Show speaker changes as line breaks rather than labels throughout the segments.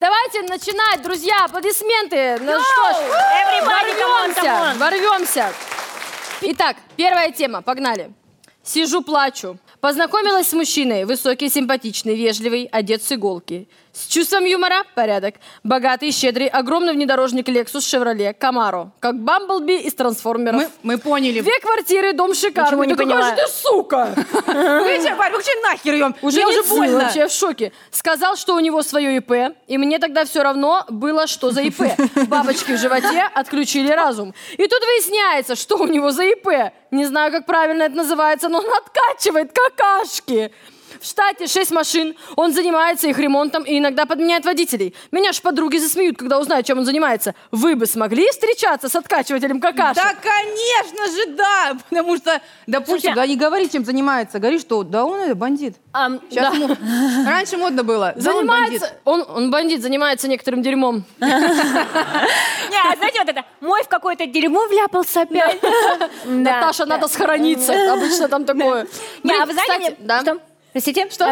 давайте начинать, друзья, аплодисменты. Ну что ж,
Everybody, come on,
ворвемся,
come on.
ворвемся. Итак, первая тема, погнали. Сижу, плачу. Познакомилась с мужчиной, высокий, симпатичный, вежливый, одет с иголки. С чувством юмора – порядок. Богатый, щедрый, огромный внедорожник Lexus, Chevrolet, Camaro. Как Бамблби из «Трансформеров».
Мы, мы поняли.
Две квартиры, дом шикарный.
Ничего не
Ты такой,
поняла.
«Какая ну же ты сука!
Видите, Варь, вообще нахер ее.
Уже
Мне
нет
уже
сил,
больно.
вообще я в шоке. Сказал, что у него свое ИП, и мне тогда все равно было, что за ИП. Бабочки в животе отключили разум. И тут выясняется, что у него за ИП. Не знаю, как правильно это называется, но он откачивает какашки. В штате 6 машин, он занимается их ремонтом и иногда подменяет водителей. Меня ж подруги засмеют, когда узнают, чем он занимается. Вы бы смогли встречаться с откачивателем какашек?
Да, конечно же, да. Потому что, допустим,
Слушай,
да не говори, чем занимается. Говори, что да он это бандит.
Ам,
Сейчас ему- Раньше модно было. Да он бандит.
Занимается... Он, он бандит, занимается некоторым дерьмом.
Не, а знаете, вот это, мой в какое-то дерьмо вляпался опять.
Наташа, надо схорониться. Обычно там такое.
Не,
Блин,
а вы знаете,
кстати, да.
что? Простите? Э, Что?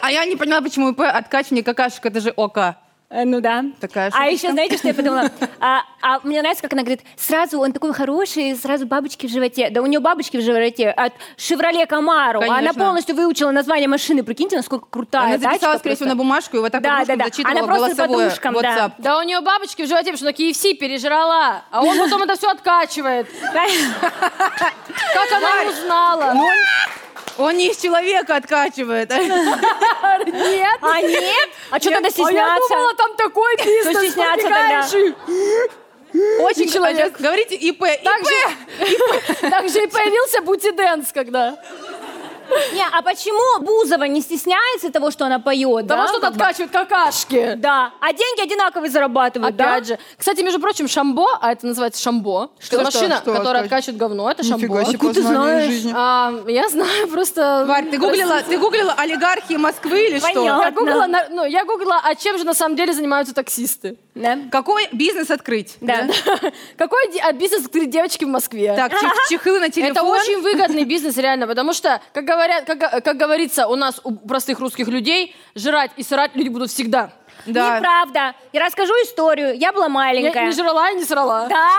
А я не поняла, почему ИП откачивание какашек, это же ОК.
Ну да.
Такая
А
шуточка.
еще, знаете, что я подумала? А, а мне нравится, как она говорит, сразу он такой хороший, сразу бабочки в животе. Да у нее бабочки в животе от «Шевроле Камару». Она
Конечно.
полностью выучила название машины. Прикиньте, насколько крутая
Она записала,
тачка
скорее всего, на
просто.
бумажку и вот так
Да,
подружкам
да, да.
зачитывала
Она просто
голосовое
подружкам, да.
WhatsApp.
Да у нее бабочки в животе, потому что на KFC пережрала. А он потом это все откачивает. Как она не узнала?
Он не из человека откачивает.
Нет.
А нет? А что тогда
А я
стесняться?
думала, там такой бизнес.
Что стесняться
подбегаешь
тогда?
и-
Очень
человек.
человек. А Говорите ИП.
Так
ИП.
же, так же и появился бутиденс, когда.
Не, а почему Бузова не стесняется того, что она поет?
Потому что
как бы?
откачивает какашки.
Да, а деньги одинаковые зарабатывают, Ну да?
Опять же. Кстати, между прочим, шамбо, а это называется шамбо.
Что,
это машина,
что, что
которая
откачивает?
откачивает говно, это шамбо.
Нифига себе познание жизни.
А, я знаю, просто...
Варь, ты гуглила, ты гуглила олигархии Москвы или
Понятно.
что?
Я гуглила, на- ну, я гуглила, а чем же на самом деле занимаются таксисты?
Да.
Какой бизнес открыть?
Да.
Какой ди- а бизнес открыть девочки в Москве?
Так, чех- чехлы на телефон.
Это очень выгодный бизнес, реально, потому что, как, говорят, как, га- как говорится у нас, у простых русских людей, жрать и срать люди будут всегда.
Да.
Неправда. Я расскажу историю. Я была
Я
маленькая.
не жрала и не срала.
Да.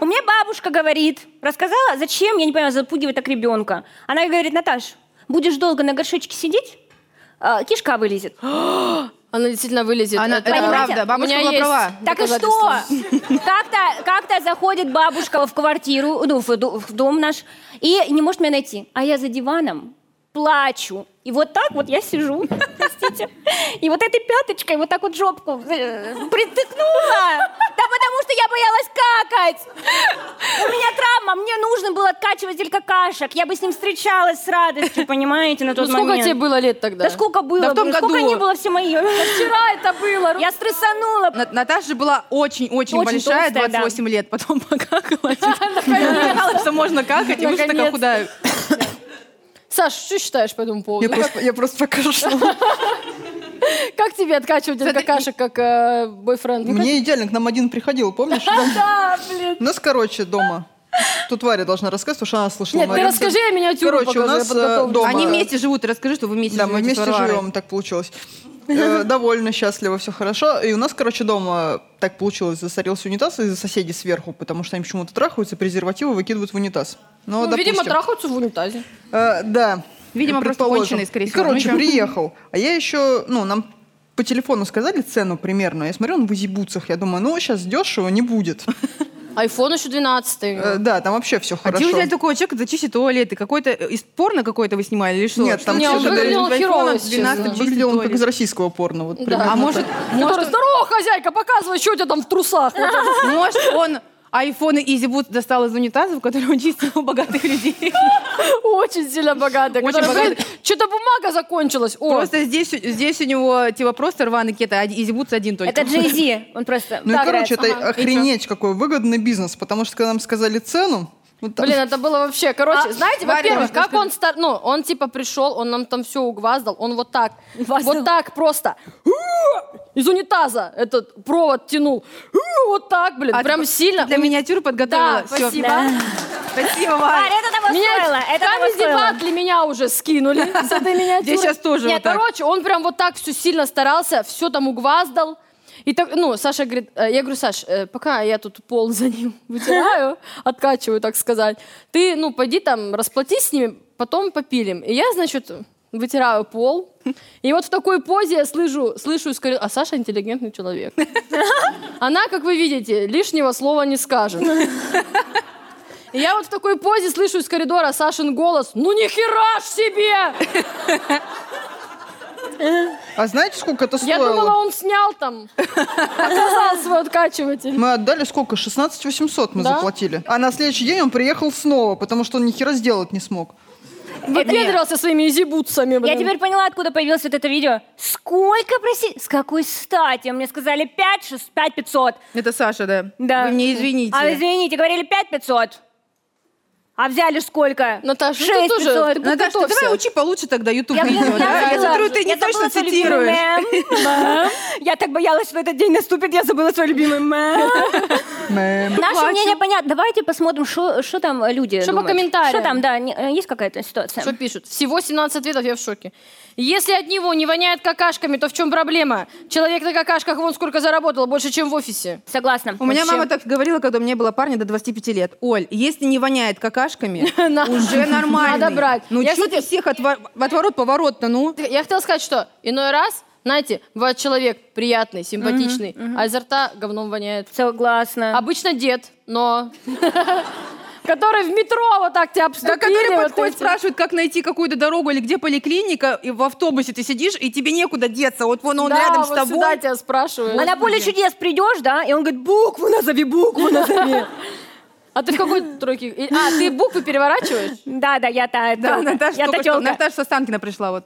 У меня бабушка говорит, рассказала, зачем, я не понимаю, запугивать так ребенка. Она говорит, Наташ, будешь долго на горшочке сидеть, а, кишка вылезет.
Она действительно вылезет.
Она, это
понимаете,
правда, бабушка
у меня
была
есть.
права.
Так и что?
Доказательство.
Как-то как-то заходит бабушка в квартиру, ну, в, ду- в дом наш, и не может меня найти. А я за диваном плачу. И вот так вот я сижу, простите. И вот этой пяточкой вот так вот жопку э, притыкнула. Да потому что я боялась какать. У меня травма, мне нужен был откачиватель какашек. Я бы с ним встречалась с радостью, понимаете, на
Ну,
тот
сколько
момент.
тебе было лет тогда?
Да сколько было,
Да в том
блин, сколько
году.
не было все мои.
Вчера это было.
Я стрессанула,
На- Наташа была очень-очень
Очень
большая,
толстая, да.
28 лет, потом покакала. Казалось, что можно какать, и вы же такая
Наконец-то.
худая.
Саш, что считаешь по этому
Я
поводу?
просто, я просто покажу, что
Как тебе откачивать от какашек как э, бойфренд?
Мне идеально, к нам один приходил, помнишь?
Да, блин.
У нас, короче, дома. Тут Варя должна рассказывать, потому что она слышала.
Нет, ты
мою
расскажи, я миниатюру
Короче, у
покажу, я
нас, э,
подготовлюсь.
дома-
Они вместе живут, и расскажи, что вы вместе
Да,
живете
мы
с
вместе
Варварой.
живем, так получилось. Э, Довольно счастливо, все хорошо. И у нас, короче, дома так получилось, засорился унитаз из-за соседей сверху, потому что они почему-то трахаются, презервативы выкидывают в унитаз. Но,
Ну, видимо,
допустим.
трахаются в унитазе.
Э, да.
Видимо, просто
Предположим.
конченые, скорее
И,
всего. Ну,
Короче,
ничего.
приехал. А я еще, ну, нам по телефону сказали цену примерно. Я смотрю, он в изибуцах. Я думаю, ну, сейчас дешево не будет.
Айфон еще 12
Э, Да, там вообще все
А
хорошо.
где вы взяли такого человека, за чистый туалет? И какой-то э, из порно какой-то вы снимали или что?
Нет,
Что
там
вы
Не, он
чисто
делали?
выглядел
С
херово,
айфоном
если
12
честно.
чистый
Выглядел он как
туалет.
из российского порно. Вот
Да.
примерно
А может,
так.
Который, Здорово, хозяйка, показывай, что у тебя там в трусах. Вот это.
может он айфоны Изибут достал из унитазов, которые он чистил у богатых людей?
Очень сильно богатый.
Очень богатый.
Что-то бумага закончилась. О,
Просто здесь, здесь у него типа просто рваный кет, а Изибутс один только.
Это Джей Зи, он просто...
Ну
так
и, короче,
нравится.
это охренеть какой выгодный бизнес, потому что когда нам сказали цену, ну, там-
Блин, это было вообще, короче,
А,
знаете,
Варя,
во-первых,
может,
как он стар, ну, он типа пришел, он нам там все угваздал, он вот так,
Гваздал.
вот так просто из унитаза этот провод тянул, вот так, блин,
А,
прям
типа,
сильно.
Для миниатюры подготовила.
Да,
Всё.
спасибо.
Спасибо, Варя.
Варя, это этого стоило.
Меня,
Это
там
того
из
стоило.
дебатли меня уже скинули с этой миниатюры.
Здесь сейчас тоже
Нет,
вот так.
короче, он прям вот так все сильно старался, все там угваздал. И так, ну, Саша говорит, э, я говорю, Саш, э, пока я тут пол за ним вытираю, откачиваю, так сказать, ты, ну, пойди там, расплатись с ними, потом попилим. И я, значит, вытираю пол, и вот в такой позе я слышу, слышу из коридора, а Саша интеллигентный человек. Она, как вы видите, лишнего слова не скажет. И я вот в такой позе слышу из коридора Сашин голос, ну ни хера ж себе!
А знаете, сколько это
Я
стоило?
думала, он снял там. Оказал свой откачиватель.
Мы отдали сколько? 16 800 мы
Да?
заплатили. А на следующий день он приехал снова, потому что он ни хера сделать не смог.
Выпедрился своими изибутсами.
Я
блин.
теперь поняла, откуда появилось вот это видео. Сколько просили? С какой стати? Мне сказали 5, 6, 5 500.
Это Саша, да.
Да.
Вы мне извините.
А извините, говорили 5 500. А взяли сколько?
Наташа, ну
6
ты тоже,
500.
ты бы
Наташа, ты
готовься.
давай учи получше тогда YouTube
Я,
видео,
я,
да? Я
забыла.
смотрю, ты не
Я забыла
точно
свой любимый
цитируешь.
мем. Я так боялась, что этот день наступит, я забыла свой любимый мем.
Мэм.
Наше
Плачем.
мнение понятно. Давайте посмотрим, что там люди
Шо по
думают.
комментариям?
Что там, да, не- э, есть какая-то ситуация?
Что пишут? Всего 17 ответов, я в шоке. Если от него не воняет какашками, то в чем проблема? Человек на какашках вон сколько заработал, больше, чем в офисе.
Согласна.
У меня
Вообще.
мама так говорила, когда у меня было парня до 25 лет. Оль, если не воняет какашками,
На-
уже нормально.
Надо брать.
Ну
Я,
что ты всех отва- отворот-поворот-то, ну?
Я хотела сказать, что иной раз, знаете, бывает человек приятный, симпатичный, а изо рта говном воняет.
Э.
Согласна.
Обычно дед, но... Который в метро вот так тебя
Да,
обступили.
который
вот
подходит,
эти.
спрашивает, как найти какую-то дорогу или где поликлиника, и в автобусе ты сидишь, и тебе некуда деться. Вот вон он
Да,
рядом с
вот
тобой.
сюда тебя спрашивают.
А на поле чудес придешь, да, и он говорит, букву назови, букву назови.
А ты в какой тройке? И- А, ты буквы переворачиваешь?
Да, да, я та,
Да,
та-
Наташа,
я та
только что,
тёлка.
Наташа со Станкина пришла. Вот.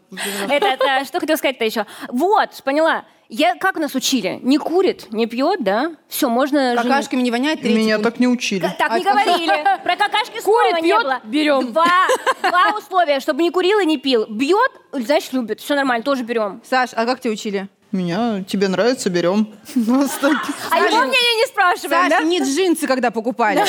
Это, это, что хотела сказать-то еще? Вот, поняла. Я, как нас учили? Не курит, не пьет, да? Все, можно жениться.
Какашками не воняет третий
Меня
пункт.
так не учили.
К- Так не говорили. Про какашки слова
Курит,
не
пьет,
было.
берем.
Два, два условия, чтобы не курил и не пил. Бьет, значит, любит. Все нормально, тоже берем.
Саш, а как тебя учили?
Меня тебе нравится, берем. Просто
А его мнение не спрашиваем,
Саш,
да?
не джинсы, когда покупали.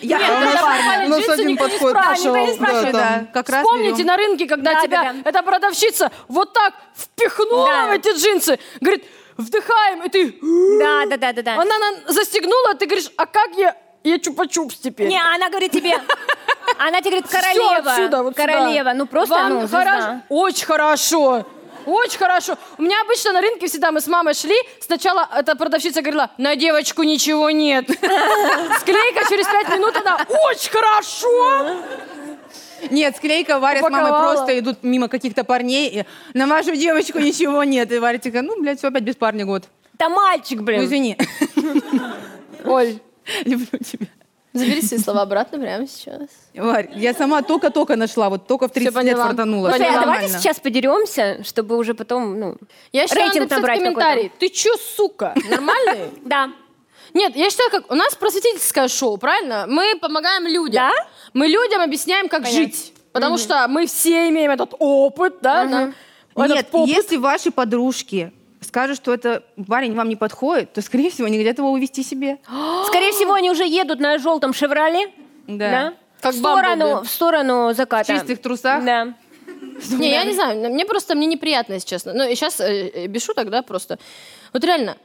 Я
А у нас-
нормально,
у нас
джинсы
один
никто не
подход
спрашивает,
пошел.
никто не
Да,
спрашивает,
да,
там.
как раз
Вспомните
берем.
на рынке, когда
Да,
тебя
да, да.
эта продавщица вот так впихнула
Да.
в эти джинсы, говорит, вдыхаем, и ты...
Да, да, да, да, да.
Она на- застегнула, а ты говоришь, а как я... Я чупа-чупс теперь.
Не, она говорит тебе. Она тебе говорит,
Всё
королева.
отсюда, вот сюда.
королева. Ну просто
Вам
ну, звезда.
хорошо? Очень хорошо. Очень хорошо. У меня обычно на рынке всегда мы с мамой шли. Сначала эта продавщица говорила, на девочку ничего нет. Склейка через пять минут она, очень хорошо.
Нет, склейка, Варя с мамой
Упаковала.
просто идут мимо каких-то парней, и на вашу девочку ничего нет. И Варя такая, ну, блядь, все опять без парня год.
Да мальчик,
Ну,
блин.
извини,
Оль,
люблю тебя.
забери свои слова обратно прямо сейчас.
Варь, я сама только-только нашла, вот только в 30 лет
поняла.
фартанула.
Поняла.
Слушай, а
Нормально.
давайте сейчас подеремся, чтобы уже потом, ну...
Я считаю, надо
Рейтинг
написать
набрать
комментарий. Ты чё, сука, нормальный?
Да.
Нет, я считаю, как у нас просветительское шоу, правильно? Мы помогаем людям.
Да?
Мы людям объясняем, как жить. Потому что мы все имеем этот опыт, да? да? Этот
Нет,
поп-
если ваши подружки скажут, что это парень вам не подходит, то, скорее всего, они где-то его увести себе.
Скорее всего, они уже едут на желтом «Шевроле».
Да.
Как
в, сторону,
Бамблби.
в сторону заката.
В чистых трусах?
Да.
Не, я не знаю, мне просто, мне неприятно, если честно. Ну, и сейчас без шуток, да, просто. Вот реально,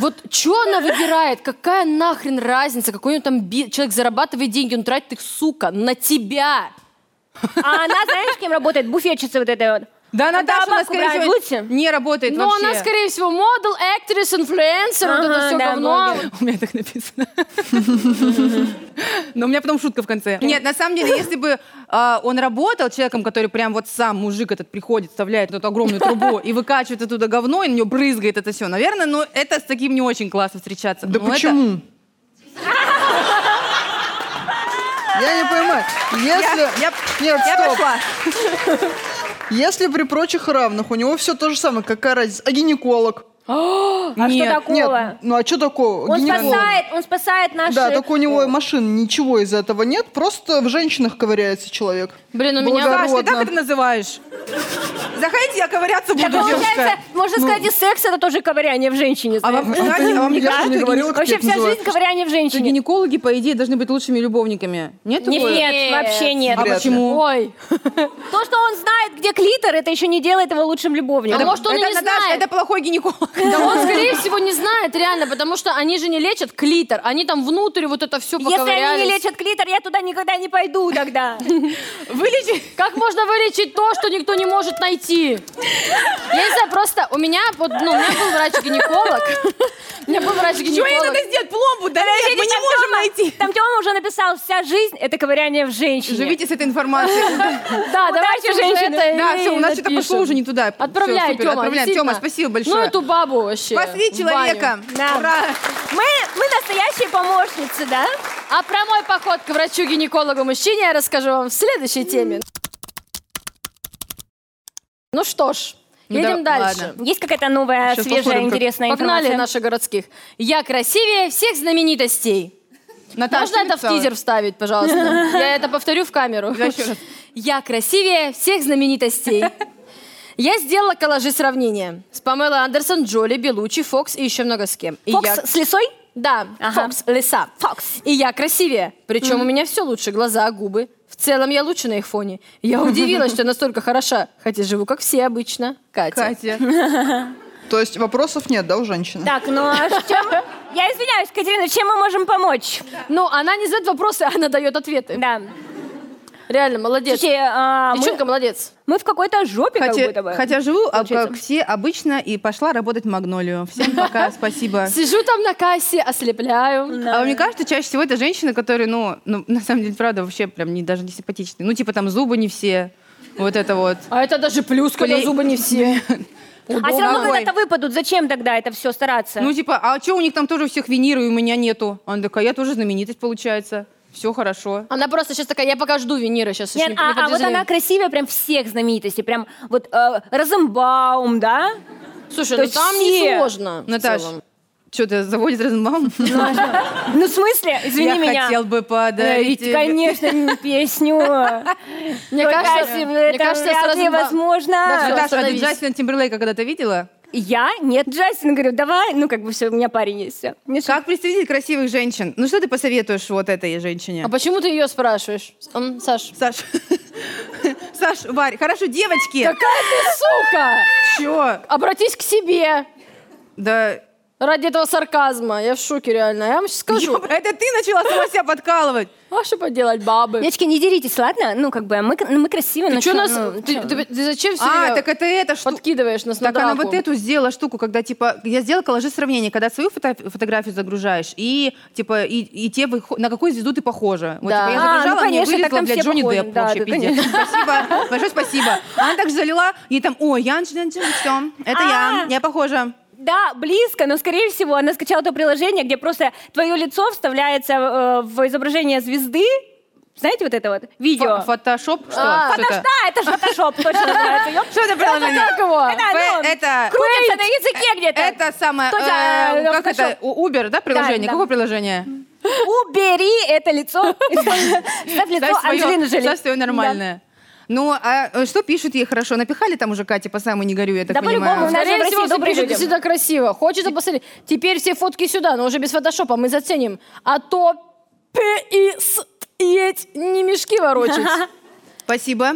вот что она выбирает? Какая нахрен разница? Какой у неё там би- человек зарабатывает деньги, он тратит их, сука, на тебя.
А она, знаешь, кем работает? Буфетчица вот эта вот.
Да, Наташа, у нас,
Табаку брать
скорее всего,
будете?
не работает
Но
вообще.
Ну, она, скорее всего, модел, актрис, инфлюенсер, вот это
Ага,
все
да,
говно.
блогер.
У меня так написано. Но у меня потом шутка в конце. Нет, на самом деле, если бы а, он работал человеком, который прям вот сам мужик этот приходит, вставляет эту огромную трубу и выкачивает оттуда говно, и на нее брызгает это все, наверное, но это с таким не очень классно встречаться.
Ну,
Да
Но это-
почему? Я не понимаю. Если...
я-
Нет,
Я
стоп.
пошла.
Если при прочих равных у него все то же самое, какая разница? А гинеколог?
А
Нет,
что такого?
Нет, ну а что такого?
Он
Гинеколог.
спасает, он спасает наши...
Да, только у него и машин ничего из этого нет, просто в женщинах ковыряется человек.
Блин, у Ну, меня...
Благородно.
Саш, ты так это называешь? Заходите, я ковыряться буду,
Так получается,
девушка.
можно сказать, и секс это тоже ковыряние в женщине.
А
знаешь.
вам,
ну, А
знаете,
ты- а вам
мне
я что, не
кажется,
говорила, как
Вообще
это
вся
называется?
жизнь ковыряние в
что
женщине.
гинекологи, по идее, должны быть лучшими любовниками. Нет такого?
Нет, вообще нет.
А
Почему?
Ой,
То, что он знает, где клитор, это еще не делает его лучшим любовником.
А может, он и
это,
не
Наташа,
знает.
это плохой гинеколог.
да он, скорее всего, не знает реально, потому что они же не лечат клитор, они там внутрь вот это все
Если они не
поковырялись.
лечат клитор, я туда никогда не пойду тогда.
Вылечи.
Как можно вылечить то, что никто не может найти? Я не знаю, просто у меня, вот, ну, у меня был врач-гинеколог. У меня был
Что ей
врач-гинеколог.
надо сделать? Пломбу удалять? Мы
Видите,
не
там
можем
Тёма-
найти.
Там Тёма уже написал, вся жизнь это ковыряние в женщине.
Живите с этой информацией.
Да, давайте уже
женщины.
это
Да,
и
все, у нас что-то
напишем.
пошло уже не туда. Всё,
Отправляй,
супер,
Тёма,
Отправляем.
действительно.
Тёма, спасибо большое.
Ну эту бабу вообще.
Спасли
в
человека.
баню.
Да.
Ура.
Мы, мы настоящие помощницы, да?
А про мой поход к врачу-гинекологу-мужчине я расскажу вам в следующей теме. Ну что ж,
Ну
едем
да,
дальше.
ладно.
Есть какая-то новая,
Щас
свежая,
посмотрим, как-
интересная
Погнали
информация?
наших городских. Я красивее всех знаменитостей.
Наташа,
Можно
ты
это в
написала?
тизер вставить, пожалуйста? Я это повторю в камеру.
Да, ещё раз.
Я красивее всех знаменитостей. Я сделала коллажи сравнения с Памелой Андерсон, Джоли, Белучи, Фокс и еще много с кем. И
Фокс
я-
с лисой?
Да,
Ага.
Фокс, лиса.
Фокс.
И я красивее. Причем у меня все лучше. Глаза, губы. В целом я лучше на их фоне. Я удивилась, что настолько хороша. Хотя живу, как все обычно. Катя.
Катя.
То есть вопросов нет, да, у женщины?
Так, ну а в чем... Я извиняюсь, Катерина, чем мы можем помочь?
Ну, она не задает вопросы, а она дает ответы.
Да.
Реально, молодец.
Слушайте, а, мы,
Девчонка, молодец.
мы в какой-то жопе как будто бы.
Хотя, хотя живу, а,
получается.
как все обычно, и пошла работать в Магнолию. Всем пока, спасибо.
Сижу там на кассе, ослепляю.
А мне кажется, чаще всего это женщины, которые, ну, ну, на самом деле, правда, вообще прям не, даже не симпатичные. Ну, типа там зубы не все, вот это вот.
А это даже плюс, когда
Блин.
зубы не все.
А все равно
Ой.
когда-то выпадут, зачем тогда это все стараться?
Ну, типа, а что у них там тоже у всех виниры, и у меня нету? Она такая, я тоже знаменитость, получается. Все хорошо.
Она просто сейчас такая, я пока жду Венера сейчас.
Нет,
ну,
а, а вот она красивее прям всех знаменитостей, прям вот э, Розенбаум, да?
Слушай,
То
ну
есть
там
все.
не сложно. в
Наташ,
целом.
что ты заводит Розенбаум?
Ну, в смысле? Извини
Я
меня.
хотел бы
Да,
подарить...
ведь,
тебе-
конечно,
э,
не песню.
Мне кажется, мне кажется, с
это
Розенба- Да,
невозможно.
всё.
Наташа, а ты
остановись.
Джастина Тимберлейка когда-то видела?
Я? Нет, Джастин, говорю, давай. Ну, как бы все, у меня парень есть. всё. Мне что-
Как представитель красивых женщин? Ну, что ты посоветуешь вот этой женщине?
А почему ты ее спрашиваешь? М, Саш.
Саш. Саш, Варь, хорошо, девочки.
Какая ты сука!
Чё?
Обратись к себе
Да.
ради этого сарказма. Я в шоке реально. Я вам сейчас скажу.
Это ты начала сама себя подкалывать.
А что поделать, бабы?
Девочки, не деритесь, ладно? Ну, как бы, мы, мы красивые.
Ты
ну,
что
чё,
нас...
ну,
ты,
чё?
ты- ты зачем все
А, так это эта штука.
подкидываешь нас
Так
на
она
драку?
вот эту сделала штуку, когда, типа, я сделала коллажи сравнение, когда свою фото- фотографию загружаешь, и, типа, и, и те, выхо- на какую звезду ты похожа. Вот,
Да.
типа, я
А, ну,
загружала, мне
конечно, так
вылезла,
там
блядь,
все
Джонни
похожи,
Депп
да,
вообще,
да,
пиздец. Спасибо, большое спасибо. Она так залила, ей там, ой, я, Анджелина Джоли, всё, это я,
А.
я похожа.
Да, близко, но, скорее всего, она скачала то приложение, где просто твое лицо вставляется э, в изображение звезды. Знаете вот это вот? Видео.
Фо- Фотошоп, что?
А,
Что это?
Фотош- Да, это же фотошоп, точно называется. ёп.
Что это приложение?
Как его?
Это оно,
Фе- это-
крутится на языке где-то.
Это самое,
Кто
э,
тебя, э,
как это,
Photoshop?
У- Uber, да, приложение?
да.
Какое приложение?
Убери это лицо. и Ставь ставь лицо
Ставь свое-
Анджелины Джоли.
ставь свое нормальное. Ну, а э, что пишут ей хорошо? Напихали там уже Кате по самому не горю, я так
Да по-любому,
понимаю.
на- Даже в
А, Скорее
России
всего,
добрые
запишут
люди.
сюда красиво. Хочется посмотреть. Теперь все фотки сюда, но уже без фотошопа. Мы заценим. А то п и с еть не мешки ворочать.
Спасибо.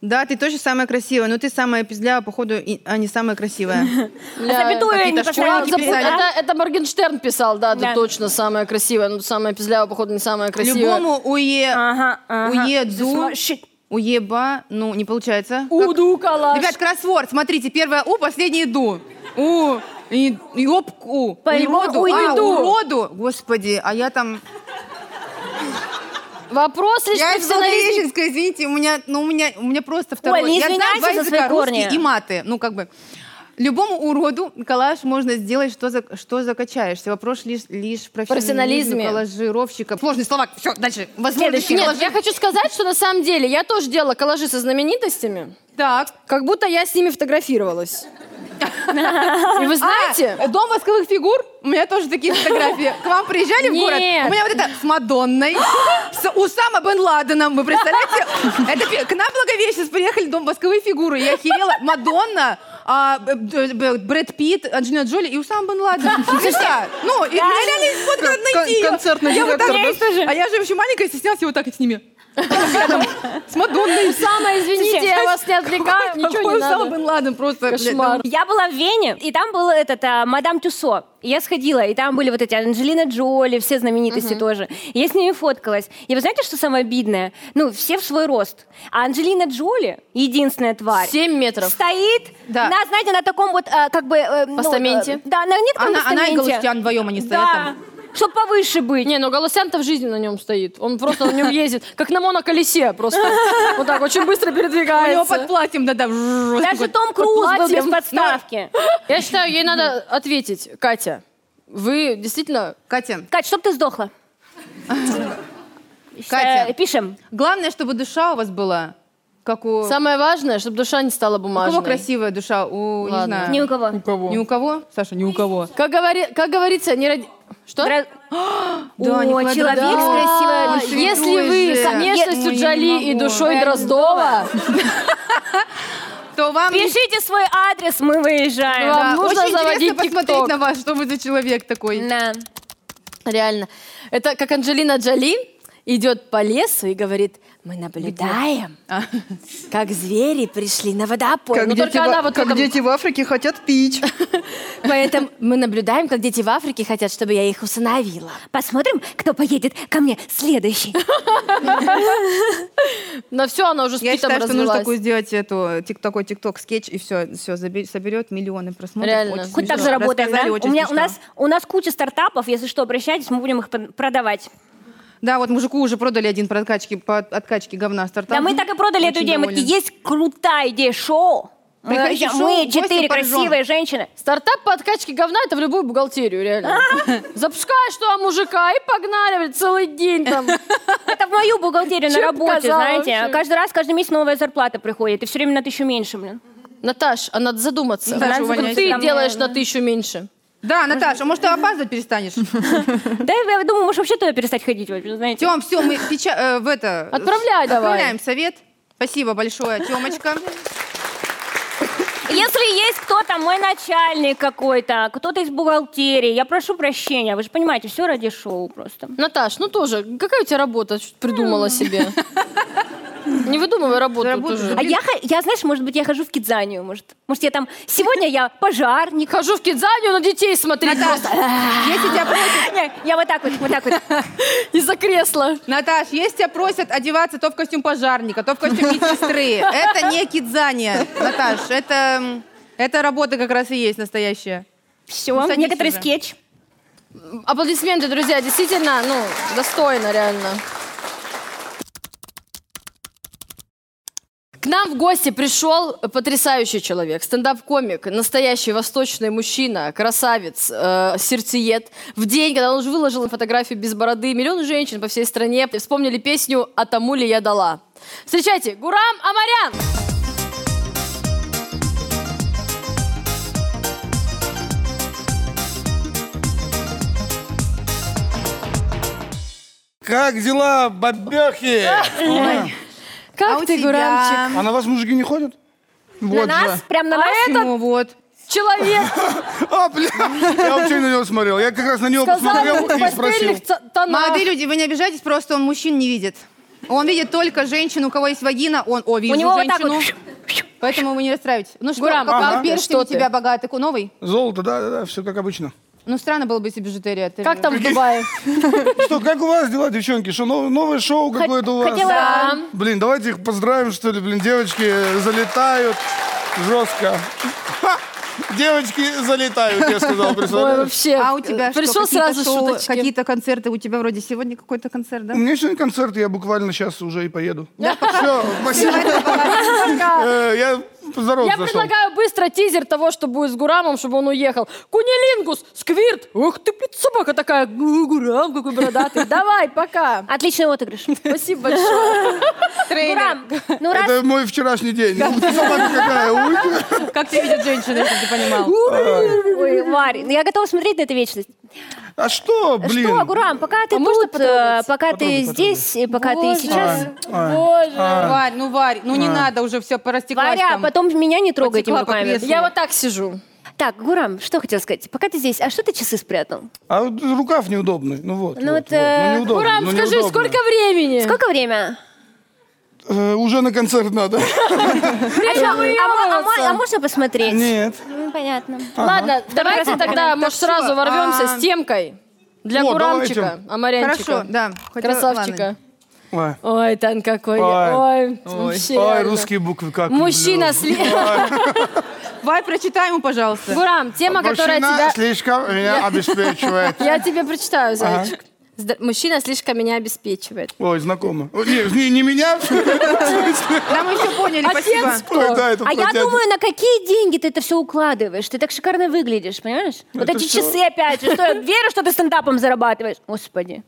Да, ты тоже самая красивая, но ты самая пизля, походу, и- а не самая красивая.
Бля,
А запятую
какие-то
не поставила,
Чувак,
Они
запу-
писали.
это, это Моргенштерн писал, да,
Да.
ты точно самая красивая, ну самая пизлява, походу, не самая красивая.
Любому уе...
Ага, ага.
Уеду.
Сма- щит.
Уеба... Ну, не получается.
Уду калаш.
Ребят, кроссворд, смотрите, первое У, последнее Ду. У, и, и оп, У.
По-любому
Уроду. А,
уйду.
уроду. Господи, а я там...
Вопрос лишь
Я из
профессионализм.
Благовещенска, извините, у меня, ну, у меня, у меня просто второй.
не
я знаю
извиняйся
два
за
языка,
свои корни.
русский и маты. Ну, как бы. Любому уроду коллаж можно сделать, что, за, что закачаешься. Вопрос лишь, лишь в профессионализме
Профессионализме.
коллажировщика. Сложный словак. Все, дальше. Возможности.
Нет,
коллажи-
я хочу сказать, что на самом деле я тоже делала коллажи со знаменитостями,
Так.
как будто я с ними фотографировалась. И вы знаете,
Дом восковых фигур. У меня тоже такие фотографии. К вам приезжали в город?
Нет.
У меня вот это с Мадонной, с Усама Бен Ладеном. Вы представляете? Это фи- к нам благовещенец приехали в дом восковые фигуры. Я охерела. Мадонна, а, б- б- б- Брэд Питт, Анджелина Джоли и Усам Бен Ладен. Слушай, ну, и меня реально не смотрят, надо
Кон-
найти её.
концертный
Я вот так-
директор,
А я же еще маленькая, стеснялась его так и с ними. Рядом. С Мадонной.
самое, извините, я вас не отвлекаю, ничего не
Какой Усама
надо.
Бен Ладен просто. блядь, ну,
Кошмар.
Я была в Вене, и там был этот а, мадам Тюсо. И Я сходила, и там были вот эти Анджелина Джоли, все знаменитости тоже. И я с ними фоткалась. И вы знаете, что самое обидное? Ну, все в свой рост. А Анджелина Джоли, единственная тварь,
7 метров.
стоит,
Да.
на, знаете, на таком вот, а, как бы... э, ну,
Постаменте.
э, да, на некотором
Она, она и
постаменте.
Галустян вдвоем они стоят
Да,
там.
чтобы повыше быть.
Не, ну Голосян-то в жизни на нем стоит. Он просто на нем ездит, как на моноколесе просто. Вот так очень быстро
У него
передвигается.
под платьем, да-да. вжжж, такой.
Даже Том Круз был без
платьем.
подставки.
Я считаю, ей надо ответить, Катя. Вы действительно...
Катя,
Кать, чтоб ты сдохла.
Катя.
Э, Пишем.
главное, чтобы душа у вас была, как у...
Самое важное, чтобы душа не стала
У кого
бумажной.
красивая душа? У, не
Ладно.
знаю.
Ни у кого.
Ни у кого? Саша, ни у кого.
Как, говори, как говорится, не ради... Что?
Дра-
Да, не
О,
кладу,
человек
да.
с красивой
А,
душой.
Если вы
же.
с внешностью
Ой, ну, я не
Джоли и
могу.
душой
Я
Дроздова,
То вам...
Пишите свой адрес, мы выезжаем.
Вам
Да,
нужно
очень
заводить
интересно
TikTok.
посмотреть на вас, что вы за человек такой.
Да.
реально, это как Анджелина Джоли идет по лесу и говорит, мы наблюдаем, как звери пришли на водопой.
Как,
Но ну
дети,
только
в- А-
она вот
как
в этом-
дети в Африке хотят пить.
Поэтому мы наблюдаем, как дети в Африке хотят, чтобы я их усыновила.
Посмотрим, кто поедет ко мне следующий.
Но все, она уже
Я
спитом
считаю, что нужно
развелась.
такую сделать эту тик, такой тикток скетч и все, все соберет миллионы просмотров.
Реально.
Очень
Хоть так же
смешно.
работаем,
Рассказали,
да?
очень
У, меня, у,
смешно.
нас, у нас куча стартапов, если что, обращайтесь, мы будем их пон- продавать.
Да, вот мужику уже продали один по откачке, по откачке говна стартап.
Да мы так и продали эту
Очень
идею. Мы
доволен.
такие, есть крутая идея шоу. Мы,
Приходите в шоу,
мы
гости
четыре
поржем.
красивые женщины.
Стартап по откачке говна это в любую бухгалтерию, реально. Запускаешь туда мужика и погнали, блядь, целый день там.
Это в мою бухгалтерию на
Чё
работе,
показала
знаете.
вообще?
Каждый раз, каждый месяц новая зарплата приходит, и все время на тысячу меньше, блин.
Наташ, а надо задуматься.
Наташа,
Как
увольняйся.
ты
Там,
делаешь на
наверное.
тысячу меньше.
Да, Наташа, может, ты опаздывать перестанешь?
Да, я думаю, может, вообще туда перестать ходить, вообще, знаете.
Тем, все, мы печа- э, в это...
Отправляй давай.
Отправляем совет. Спасибо большое, Темочка.
Если есть кто-то, мой начальник какой-то, кто-то из бухгалтерии, я прошу прощения, вы же понимаете, все ради шоу просто.
Наташ, ну тоже, какая у тебя работа? Что ты придумала себе? Не выдумывай работу
Работу
тоже.
же.
А я, хо- я, знаешь, может быть, я хожу в Кидзанию, может. Может, я там... Сегодня я пожарник.
Хожу в Кидзанию на детей смотреть
Наташа,
просто
если тебя просят,
Не, Я вот так вот, вот так вот.
из-за кресла.
Наташ, если тебя просят одеваться то в костюм пожарника, то в костюм медсестры, это не кидзание, Наташ, это, м, это работа как раз и есть настоящая.
Ну,
Все,
садись
некоторый
уже.
скетч.
Аплодисменты, друзья, действительно, ну, достойно, реально. К нам в гости пришел потрясающий человек, стендап-комик, настоящий восточный мужчина, красавец, э, сердцеед. В день, когда он уже выложил фотографию без бороды, миллион женщин по всей стране вспомнили песню «А тому ли я дала». Встречайте, Гурам Амарян!
Как дела, бабехи?
Как
а у
ты,
тебя?
Гурамчик?
А на вас мужики не ходят?
на
Вот
нас,
же.
прям на
А
нас.
этот
Ну вот.
человек
А, бля, я вообще на него смотрел. Я как раз на него
сказал
посмотрел
в
и спросил.
постельных ц- тонах.
Молодые люди, вы не обижайтесь, просто он мужчин не видит. Он видит только женщин, у кого есть вагина, он, о, вижу
У него вот так
женщину.
вот.
Поэтому вы не расстраивайтесь. Ну что,
Гурам,
какой
ага.
перстень
Что
у
ты?
тебя богатый, ку- новый?
Золото, да, да, да, все как обычно.
Ну странно было бы, если бижутерия. Ты-
Как там в Дубае?
Что, как у вас дела, девчонки? Что, нов- новое шоу какое-то у вас?
Да.
Блин, давайте их поздравим, что ли. Блин, девочки залетают жестко. Ха! Девочки залетают, я сказал,
Ой,
представляешь?
вообще.
А у тебя что,
Пришел
какие-то
сразу
шоу,
шуточки.
Какие-то концерты у тебя вроде сегодня какой-то концерт, да?
У меня сегодня концерт, я буквально сейчас уже и поеду. Все, спасибо. Э, Я поздороваться
Я
зашел.
предлагаю быстро тизер того, что будет с Гурамом, чтобы он уехал. Кунилингус, Сквирт. Ох ты, блядь, собака такая. Гу- Гурам какой бородатый. Давай, пока.
Отличный отыгрыш.
Спасибо большое.
Гурам, ну раз
Это мой вчерашний день. Ну, ты собака какая, уйди.
Как тебя видят женщины, чтобы ты понимал?
Ой, Варя, ну я готова смотреть на эту вечность.
А что, блин?
Что, Гурам, пока ты
А можно
тут, э,
потрогать?
пока ты
Потрогай, потрогай.
здесь, и пока ты
Боже.
сейчас.
Боже.
А.
Варь, ну Варь, ну не надо уже, все, порастеклась
Варя,
там.
потом меня не трогай этими
Потекла по
руками.
креслу.
Я вот так сижу.
Так, Гурам, что хотел сказать? Пока ты здесь, а что ты часы спрятал?
А вот рукав неудобный. Ну вот.
Ну вот,
вот, вот.
э,
Ну, неудобно,
Гурам,
ну,
скажи,
неудобно.
сколько времени?
Сколько время?
Э, уже на концерт надо.
А, чё, а мо- а мо-
являются.
а можно посмотреть?
Нет.
Ну, понятно.
Ладно, давайте тогда, может, сразу
а,
ворвемся с темкой. Для
О,
Гурамчика,
давайте.
Амарянчика.
Хорошо, да. хотя-
Красавчика.
Ой,
Ой, там какой я.
Ой.
Ой, вообще
Ой,
реально.
русские буквы как.
Мужчина
люблю.
слишком...
ладно. Варь, прочитай ему, пожалуйста.
Гурам, тема, которая
Мужчина
тебя...
слишком меня обеспечивает.
Я тебе прочитаю, зайчик. Зд- Мужчина слишком меня обеспечивает.
Ой, знакомо. О, Не, не, не меня. в смысле?
Да, мы все поняли, спасибо.
Отец
Ой, да,
кто?
это
А я
про дядю.
думаю, на какие деньги ты это все укладываешь? Ты так шикарно выглядишь, понимаешь? вот
Это
эти
всё-
часы опять же. Что я верю, что ты стендапом зарабатываешь? Господи.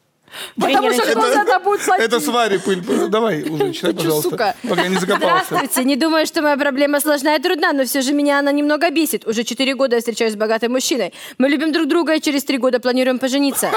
Потому что кто за это будет платить?
Это свари пыль. Давай уже, читай,
Ты чё, сука?
пожалуйста. Пока я не закопался.
Здравствуйте. Не думаю, что моя проблема сложна и трудна, но все же меня она немного бесит. Уже четыре года я встречаюсь с богатым мужчиной. Мы любим друг друга и через три года планируем пожениться.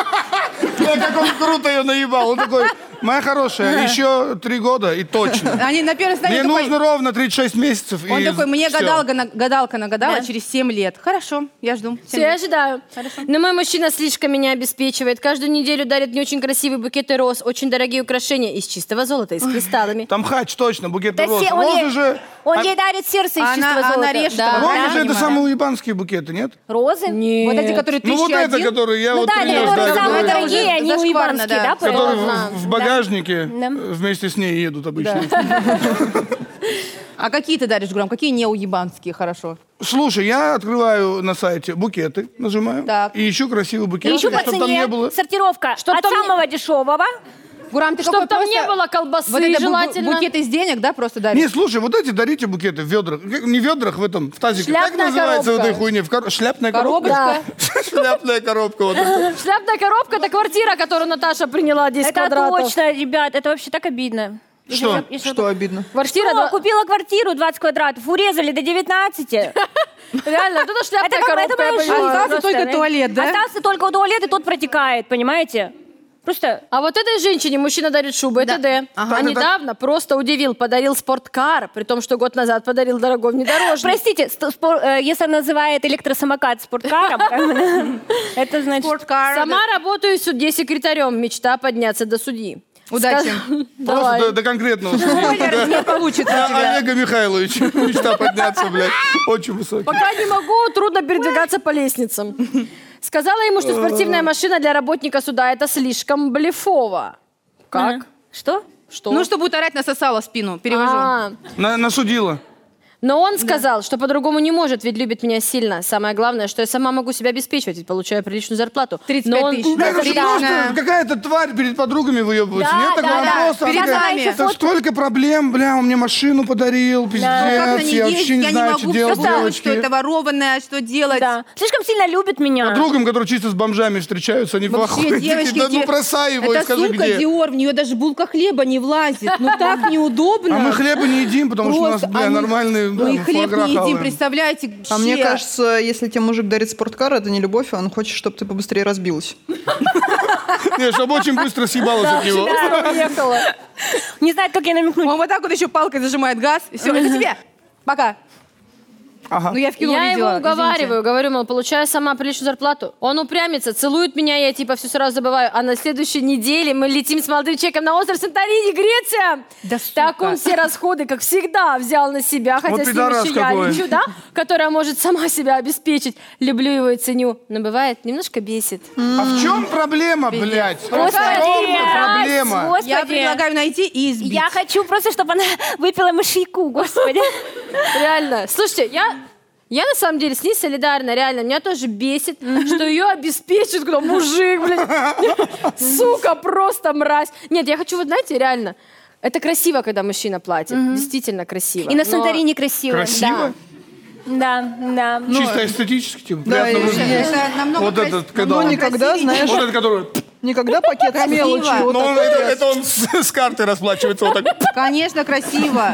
Я как он круто ее наебал. Он такой, моя хорошая, еще три года и точно.
Они на первой
Мне
стадии
нужно
такой...
ровно 36 месяцев. и
Он такой, мне
всё».
гадалка, на- гадалка нагадала через 7 лет. Хорошо, я жду.
Все,
Семь
я
лет.
ожидаю. Но мой мужчина слишком меня обеспечивает. Каждую неделю дарит мне очень красивые букеты роз, очень дорогие украшения из чистого золота и с кристаллами.
Там хач, точно, букеты
Да
роз.
се- он ей,
Розы же...
он
а-
ей дарит сердце из
Она-
чистого
она
золота.
режет
Да.
его,
Розы
да?
же это
понимаю.
самые ебанские букеты, нет?
Розы?
Нет.
Вот эти, которые
Ну вот это,
1001.
который я
Ну
вот
да, это
принес,
вот
да,
самые
который-
да, да.
дорогие, они
Зашкварно,
уебанские,
да.
да,
который в-
правильно?
в багажнике
Да.
вместе с ней едут обычно.
А какие ты даришь, Гурам? Какие не уебанские, хорошо?
Слушай, я открываю на сайте букеты, нажимаю,
Так.
и ищу красивый
И
букет,
еще по
чтобы там не
цене
было...
сортировка
Чтоб
от
там не-
самого дешевого.
Гурам, ты
Чтоб
какой
там
просто-
не было колбасы
Вот это бу- бу-
желательно.
букет из денег, да, просто даришь?
Не, слушай, вот эти дарите букеты в ведрах. Как- Не в ведрах, в этом, в тазиках. как
Шляпная
называется вот
коробка.
эта хуйня? В коро- Шляпная коробка?
Коробочка.
Шляпная коробка. вот эта.
Шляпная коробка — это квартира, которую Наташа приняла 10
Это
квадратов.
точно, ребят, это вообще так обидно. Если
Что?
я- если
Что
я-
обидно?
Квартира...
Что,
два-
купила квартиру 20 квадратов, урезали до 19.
Реально, вот это шляпная
Это как- это
коробка, я
моя жизнь.
понимаю.
Остался
просто,
только
да?
туалет, да?
Остался только туалет, и тот протекает, понимаете? Просто
А вот этой женщине мужчина дарит шубу, это Д.
ну
А недавно просто удивил, подарил спорткар, при том, что год назад подарил дорогой внедорожник.
Простите, ст- спор- э, если он называет электросамокат спорткаром, это значит...
Спорткар.
Сама работаю в суде секретарем, мечта подняться до судьи.
Удачи.
Просто
Давай.
до, до конкретного. слова.
Валера, Не получится у тебя.
До Олега Михайловича. Мечта подняться, блядь. Очень высокий.
Пока не могу, трудно передвигаться по лестницам. Сказала ему, что спортивная машина для работника суда это слишком блефово. Как?
Ну Что?
Что?
Ну, что будет орать, насосала спину. Перевожу.
А.
На- насудила.
Но он сказал, что по-другому не может, ведь любит меня сильно. Самое главное, что я сама могу себя обеспечивать, ведь получаю приличную зарплату.
35
Но он-
тысяч.
Блядь, ну что ж
Да.
ты, Какая-то тварь перед подругами выебывается.
Да,
Нет
да,
такого
да.
вопроса. Она
Перед
такая,
нами.
«Да Столько проблем, бля, он мне машину подарил,
Ну,
пиздец.
Как на ней
Я
ездить?
вообще не
Я не
знаю, что
могу
делать,
все что
девочки.
это ворованное, что делать.
Да. Слишком сильно любит меня.
А Другом, которые чисто с бомжами встречаются, они
Вообще,
плохой.
девочки,
Да ну
де-
бросай его и
эта
скажи,
сумка
где.
Диор, в нее даже булка хлеба не влазит. Ну так неудобно.
А мы хлеба не едим, потому что у нас,
Просто,
бля,
а мы-
нормальные да,
Мы и хлеб
фуагра
не едим,
хаваем.
представляете?
А мне
вообще.
кажется, если тебе мужик дарит спорткар, это не любовь, а он хочет, чтобы ты побыстрее разбилась.
Не, чтобы очень быстро съебалась от него.
Уехала.
Не знает, как я намекнуть.
Он вот так вот еще палкой зажимает газ. Все, это тебе. Пока.
Ага.
Ну я в кино
Я
видела,
его
извините.
уговариваю, говорю, мол, получаю сама приличную зарплату. Он упрямится, целует меня, я типа все сразу забываю. А на следующей неделе мы летим с молодым человеком на остров Санторини, Греция.
Да сука.
так он все расходы, как всегда, взял на себя, хотя
Вот
с ним
пидорас
еще я
какой.
лечу, да, которая может сама себя обеспечить. Люблю его и ценю, но бывает немножко бесит.
А в чем проблема, блядь? Огромная проблема.
Господи.
Я предлагаю найти и избить.
Я хочу просто, чтобы она выпила мышьяку, господи.
Реально. Слушайте, я... Я на самом деле с ней солидарна, реально. Меня тоже бесит, что ее обеспечит кто мужик, блядь. Сука, просто мразь. Нет, я хочу, вы знаете, реально, Это красиво, когда мужчина платит. Действительно красиво.
И на
Но-
Санторини красиво.
Красиво? Ну.
Да, да. да.
Чисто эстетически, типа,
Да,
приятно
и-
выглядит.
Это намного
Вот
крас-
этот,
Ну,
когда он-
никогда, знаешь,
Вот этот, который...
никогда пакет с мелочью. вот
Но
такой
он- Ну, это,
раз.
это он с, с карты расплачивается вот так.
Конечно, красиво.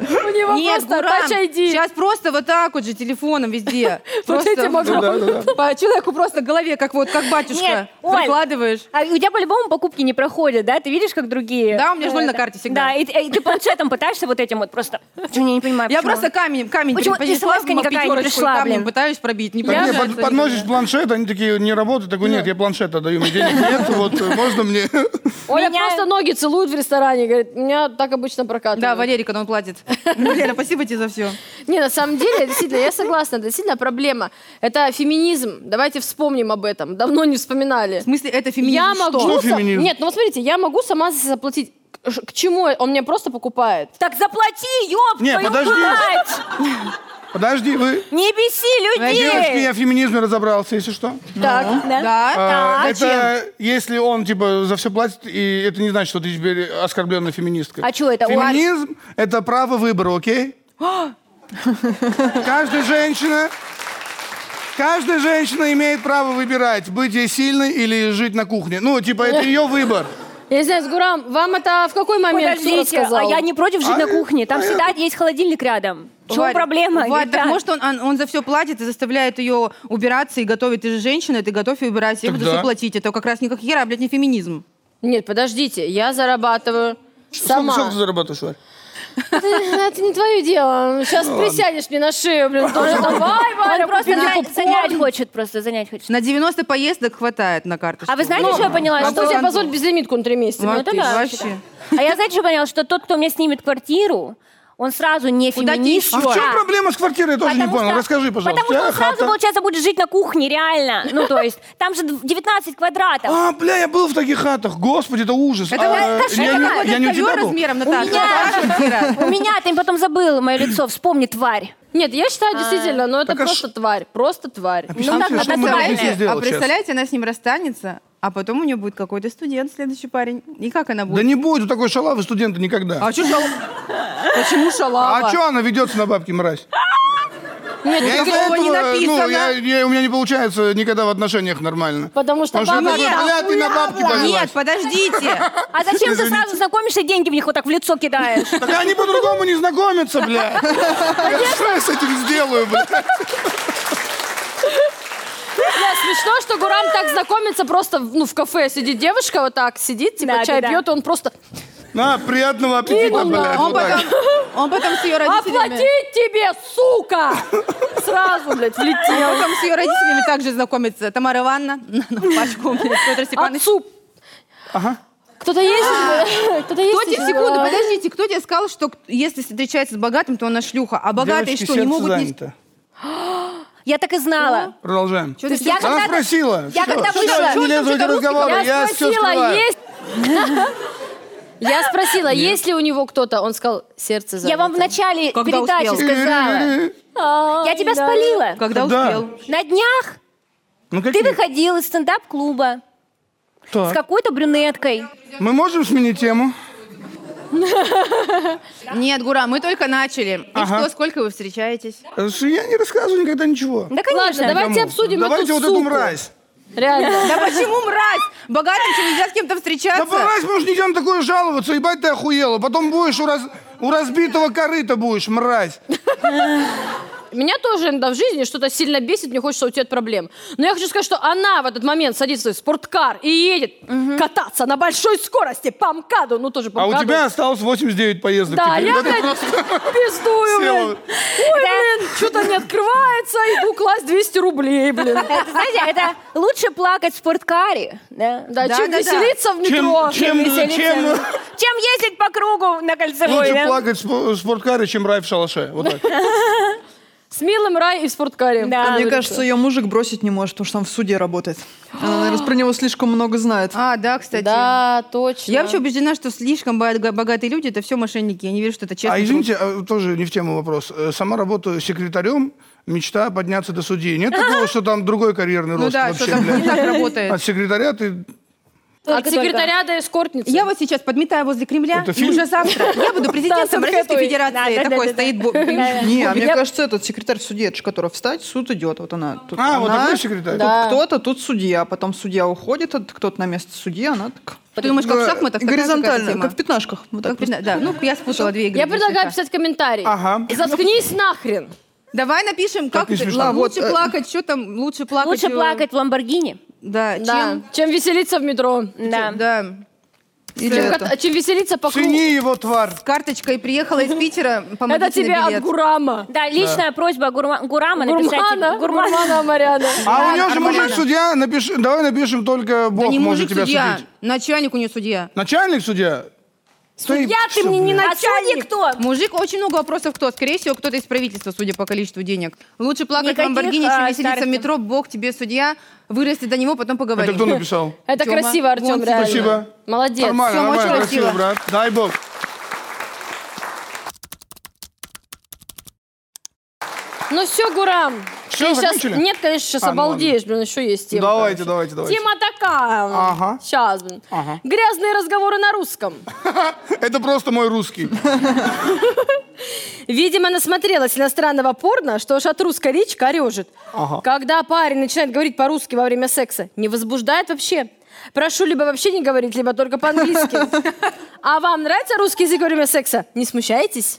У него
Нет,
просто
Гурам,
Touch ID.
сейчас просто вот так вот же телефоном везде.
Вот
Просто
этим можно.
Да, да, да.
По человеку просто голове, как вот, как
Нет,
батюшка,
Оль.
прикладываешь.
А у тебя по-любому покупки не проходят, да? Ты видишь, как другие?
Да, у меня ж
Э,
ноль на
да.
карте всегда.
Да, и, ты- и ты планшетом пытаешься вот этим вот просто. Чё, Я не понимаю,
Я
почему?
просто камень, камень
Почему
перенесла,
смс-ка
в
никакая не
пятерочку,
пришла,
камнем
блин?
пытаюсь пробить, не
Так мне
получается.
под- подносишь планшет, они такие, не работают. Такой, нет, я планшет отдаю, мне денег нет, вот э, можно мне?
Оля
Меня-
просто ноги целует в ресторане. Говорит, меня так обычно прокатывают.
Да, Валерий, когда он платит. Лера, спасибо тебе за все.
Не, на самом деле, действительно, я согласна, это действительно проблема. Это феминизм. Давайте вспомним об этом. Давно не вспоминали.
В смысле, это феминизм
Я
что?
могу...
Что
со-
феминизм?
Нет, ну вот смотрите, я могу сама заплатить. К ш- к чему? Он мне просто покупает.
Так заплати, ёб
Не,
твою
подожди.
мать!
Подожди, вы...
Не беси
Девочки,
людей!
я в феминизме разобрался, если что.
Так.
Ну. Да?
А,
Так,
это если он типа за все платит, и это не значит, что ты теперь оскорбленная феминистка.
А чё это, у Ар-
Феминизм – это право выбора, окей? Каждая женщина, каждая женщина имеет право выбирать, быть ей сильной или жить на кухне. Ну, типа, это ее выбор.
Я не знаю, Сгурам, вам это в какой момент кто
Подождите,
рассказал?
а я не против жить на кухне. Там всегда есть холодильник рядом. В чем
Варя,
проблема?
Варь, так
ребят?
может он, он, он за все платит и заставляет ее убираться и готовить. Ты же женщина, ты готовь и убирайся. Я
Так
буду за все
да.
платить. Это как раз не как хера, а, блядь, не феминизм.
Нет, подождите, я зарабатываю сама.
Сколько, сколько ты зарабатываешь, Варь?
Это, это не твое дело. Сейчас присядешь мне на шею, блин, тоже давай, Варя,
Он просто
купи мне
за-
попкорн.
занять хочет, просто занять хочет.
На 90 поездок хватает на карточку.
А вы знаете, что я поняла?
А
Что
что себе позволить безлимитку на три месяца?
Вот
Ну, это
ты,
да.
вообще.
А я знаете, что поняла? Что тот, кто мне снимет квартиру, он сразу не
Куда ты
феминист.
ещё?
А в чем
Да.
проблема с квартирой? Я тоже не
Потому
понял.
что-
Расскажи, пожалуйста.
Потому что он
А,
сразу,
хата?
получается, будет жить на кухне, реально. Ну, то есть, там же 19 квадратов.
А, бля, я был в таких хатах. Господи, это ужас.
Это
А,
вот- это
я, не-
вот
я не у
ковёр
тебя был.
размером, Наташа.
меня-
Ваша квартира.
У меня, ты потом забыл мое лицо, вспомни, тварь.
Нет, я считаю, действительно, но это
Так а
просто тварь. Просто тварь.
Объясните,
Ну, так,
что мы
натуральная.
должны с ней
А
сделать сейчас?
представляете, она с ним расстанется, а потом у нее будет какой-то студент, следующий парень. И как она
Да
будет?
не будет у такой шалавы студента никогда.
А чё шал- Почему шалава?
А что она ведется на бабки мразь? я из-за
такого не
ну, я-
написано.
я- у меня не получается никогда в отношениях нормально.
Потому что
Потому
баба-
что надо, бля, ты на бабки
Нет,
повелась.
подождите.
А зачем ты
Извините.
сразу знакомишься, деньги в них вот так в лицо кидаешь?
Так они по-другому не знакомятся, бля. Я что я с этим сделаю, бля?
Бля, смешно, что Гурам так знакомится просто, ну, в кафе сидит девушка вот так, сидит, типа,
Да,
чай
да, да.
пьет, он просто
На, приятного аппетита,
Кинула.
бля.
Он
вот так.
потом, он потом с ее родителями...
«Оплатить тебе, сука!» Сразу, блядь,
Он
влетел.
потом с ее родителями также знакомится. Тамара Ивановна, на, на, пачку, блядь, Петр
Типа,
Степанович.
Отцу. Кто-то есть?
А.
уже? Кто-то есть?
Кто тебе,
уже?
секунду,
Да.
подождите, кто тебе сказал, что к- если встречается с богатым, то она шлюха, а богатые
Девочки,
что, не
сердце
могут... не-
занято.
Я так и знала.
Продолжаем.
Чё ты
есть я
всё-
как-
Она
когда-то-
спросила.
я
Всё,
когда
всё,
вышла-
Не
Чё
лезу в эти разговоры.
Я
Я все
спросила,
скрываю.
есть... Я спросила, есть ли у него кто-то? Он сказал, сердце занято.
Я вам в начале
Когда
передачи
успела?
сказала. Я тебя спалила.
Когда
Да.
успел?
На днях
Ну
ты
какие?
выходил из стендап-клуба с
Так.
какой-то брюнеткой.
Мы можем сменить тему?
Нет, Гура, мы только начали. И
Ага.
что, сколько вы встречаетесь?
Потому что Э, Я не рассказываю никогда ничего.
Да, конечно.
давай- Давайте
Кому?
обсудим
Давайте
эту
вот эту
суку.
мразь.
Реально.
Да почему мразь? Богатым что, нельзя с кем-то
Да
встречаться?
порвать можешь нельзя на такое жаловаться, ебать ты охуела. Потом будешь у, раз- у разбитого корыта будешь, мразь.
Меня тоже иногда в жизни что-то сильно бесит, мне хочется уйти от проблем. Но я хочу сказать, что она в этот момент садится в спорткар и едет кататься на большой скорости по МКАДу. Ну, тоже по
А у
МКАДу.
тебя осталось 89 поездок
Да,
теперь.
я
Да ты
блядь,
просто
пиздую,
села.
блин. Ой, блин, что-то не открывается, иду класть 200 рублей, блин.
Это, знаете, это лучше плакать в спорткаре, да?
Да,
Да,
чем
да, да.
веселиться в
Чем-
метро.
чем-
веселиться.
чем-
Чем ездить по кругу на кольцевой,
Лучше
да?
плакать в спо- в спорткаре, чем рай в шалаше. Вот так.
С милым рай и в спорткаре. как
Да. Мне
А
А Мне
говорится.
кажется, ее мужик бросить не может, потому что он в суде работает. Она, наверное, про него слишком много знает.
А, да, кстати.
Да, точно.
Я вообще убеждена, что слишком бога- богатые люди это все мошенники. Я не верю, что это честно.
А извините, а, тоже не в тему вопрос. Э, Сама работаю секретарем, мечта подняться до судьи. Нет такого, что там другой карьерный
Ну
рост
да, что
вообще,
там не
блядь? А
так работает.
От секретаря ты
От
Только-только.
секретаря до эскортницы.
Я вот сейчас подметаю возле Кремля,
Это
и
фильм?
уже завтра я буду президентом
Сам
Российской
готовить.
Федерации.
Да, да,
Такой
да, да,
стоит
да.
бо-
Не, а
У
мне
меня-
кажется, этот секретарь судьи, это ж которая встать, суд идет. Вот она. Тут
А, вот
она,
такой секретарь?
Тут
Да.
кто-то, тут судья. а Потом судья уходит, а кто-то на место судьи, она так...
Ты думаешь,
Э,
как в шахматах? такая же
Горизонтально,
тема?
как в пятнашках. Вот так
Как пятна- Да, ну я спутала две игры.
Я предлагаю
наверняка.
писать комментарий.
Ага.
Заткнись нахрен.
Давай напишем, как
не
это-
смешно.
ла- лучше
Вот, э,
плакать, что там, лучше плакать.
Лучше
э,
плакать в Ламборгини.
Да,
Да.
чем...
Чем веселиться в метро.
Да.
Да.
Или
Чем,
это.
кат- чем веселиться по кругу.
Цени его, тварь.
Карточкой приехала из Питера, помогите
Это тебе
на
от
билет.
Гурама.
Да, личная просьба Гурма- Гурама написать тебе-
Гурмана?
Гурмана.
Гурмана Маряна.
А у нее же
нормально.
мужик судья, напиши, давай напишем только Бог
Да не
может
мужик
тебя
судья,
судить.
начальник у нее судья.
Начальник судья?
Судья ты
что,
мне не
блядь?
А судьи
начальник.
кто?
Мужик, очень много вопросов кто? Скорее всего, кто-то из правительства, судя по количеству денег. Лучше плакать
Никаких,
в Ламборгини, чем
а,
веселиться в
старости.
метро. Бог тебе судья. Вырасти до него, потом
Это
поговорим.
кто написал?
Это
Тёма.
красиво, Артем,
Вон,
реально.
спасибо.
Молодец.
нормально,
Э, всё,
нормально,
очень
красиво,
красиво.
брат. Дай бог.
Ну все, Гурам.
Всё,
Ты щас-
закончили?
Нет, конечно, сейчас
А, ну
обалдеешь, блин, еще есть тема.
давайте,
короче.
давайте, давайте.
Тема такая.
Ага.
Сейчас, блин.
Ага.
Грязные разговоры на русском.
Это просто мой русский.
Видимо, насмотрелась иностранного порно, что аж от русской речи корежит.
Ага.
Когда парень начинает говорить по-русски во время секса, не возбуждает вообще. Прошу либо вообще не говорить, либо только по-английски. А вам нравится русский язык во время секса? Не смущаетесь?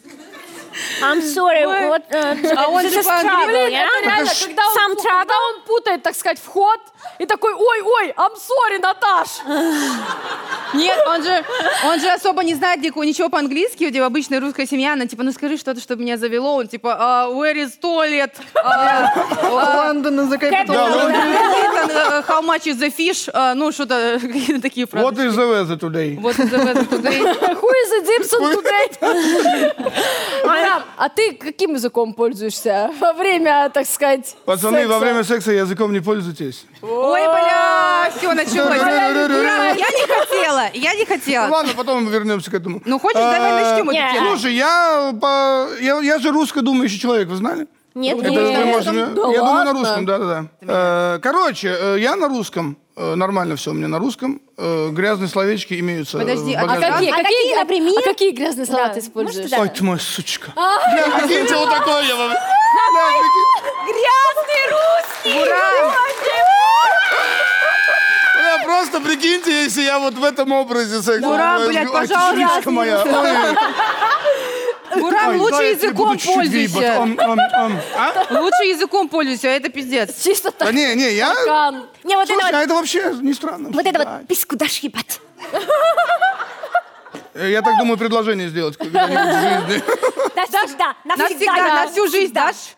I'm sorry, what, uh,
он
this
типа
же по-английски.
is trouble,
Блин, это
yeah?
реально, когда он,
Some
пу- когда он путает, так сказать, вход, и такой, ой-ой, I'm sorry, Наташ.
Нет, он же, он же особо не знает дико- ничего по-английски, где обычная русская семья, она типа, ну скажи что-то, чтобы меня завело. Он типа, а, where is toilet? А,
Лондон за
Ну,
Да,
капитал.
Ethan, э, how much is the fish? А, ну что-то, какие-то такие
Вот
фразы.
и the weather today.
Вот из этого today.
Who is the Gibson today? Марам, а ты каким языком пользуешься во время, так сказать,
Пацаны, во
секса?
время секса языком не пользуйтесь.
Ой, бля, все, началось. Ура, Я не хотела, я не
Ну
хотела.
Ладно, потом вернемся к этому.
Ну хочешь, давай
Э,
начнем эту
не.
тему.
Слушай, я, по- я, я же русскодумающий человек, вы знали?
Нет,
Ну, Это
нет.
же можно- я
Да
думаю
ладно?
на русском, да-да-да. Э, Короче, э, я на русском. Э, Нормально все у меня на русском. Э, Грязные словечки имеются. э, в
Подожди, а
А какие,
багажнике.
А какие, например?
а какие грязные слова
Да.
ты используешь?
Может, да.
Ой, ты моя сучка. Бля, прикиньте, вот такое я вам- Да, прикинь.
Грязный русский!
Ура!
Бля, просто прикиньте, если я вот в этом образе секса.
Ура,
Ой,
блядь,
ой,
пожалуйста.
сучка моя. Ой,
Ура,
ой,
лучше
да, я тебе
языком
буду чуть
пользуйся.
вибать. Ам, ам, ам. А?
Лучше языком пользуйся, а это пиздец.
Чисто
Да
так.
не, не, я...
Кан.
Не, вот
Слушай,
это
а
вот,
это вообще не странно.
а
вот это
Да.
вот, письку дашь ебать.
Э, Я так думаю, предложение сделать когда-нибудь в жизни.
Навсегда, навсегда.
Навсегда, на всю жизнь дашь?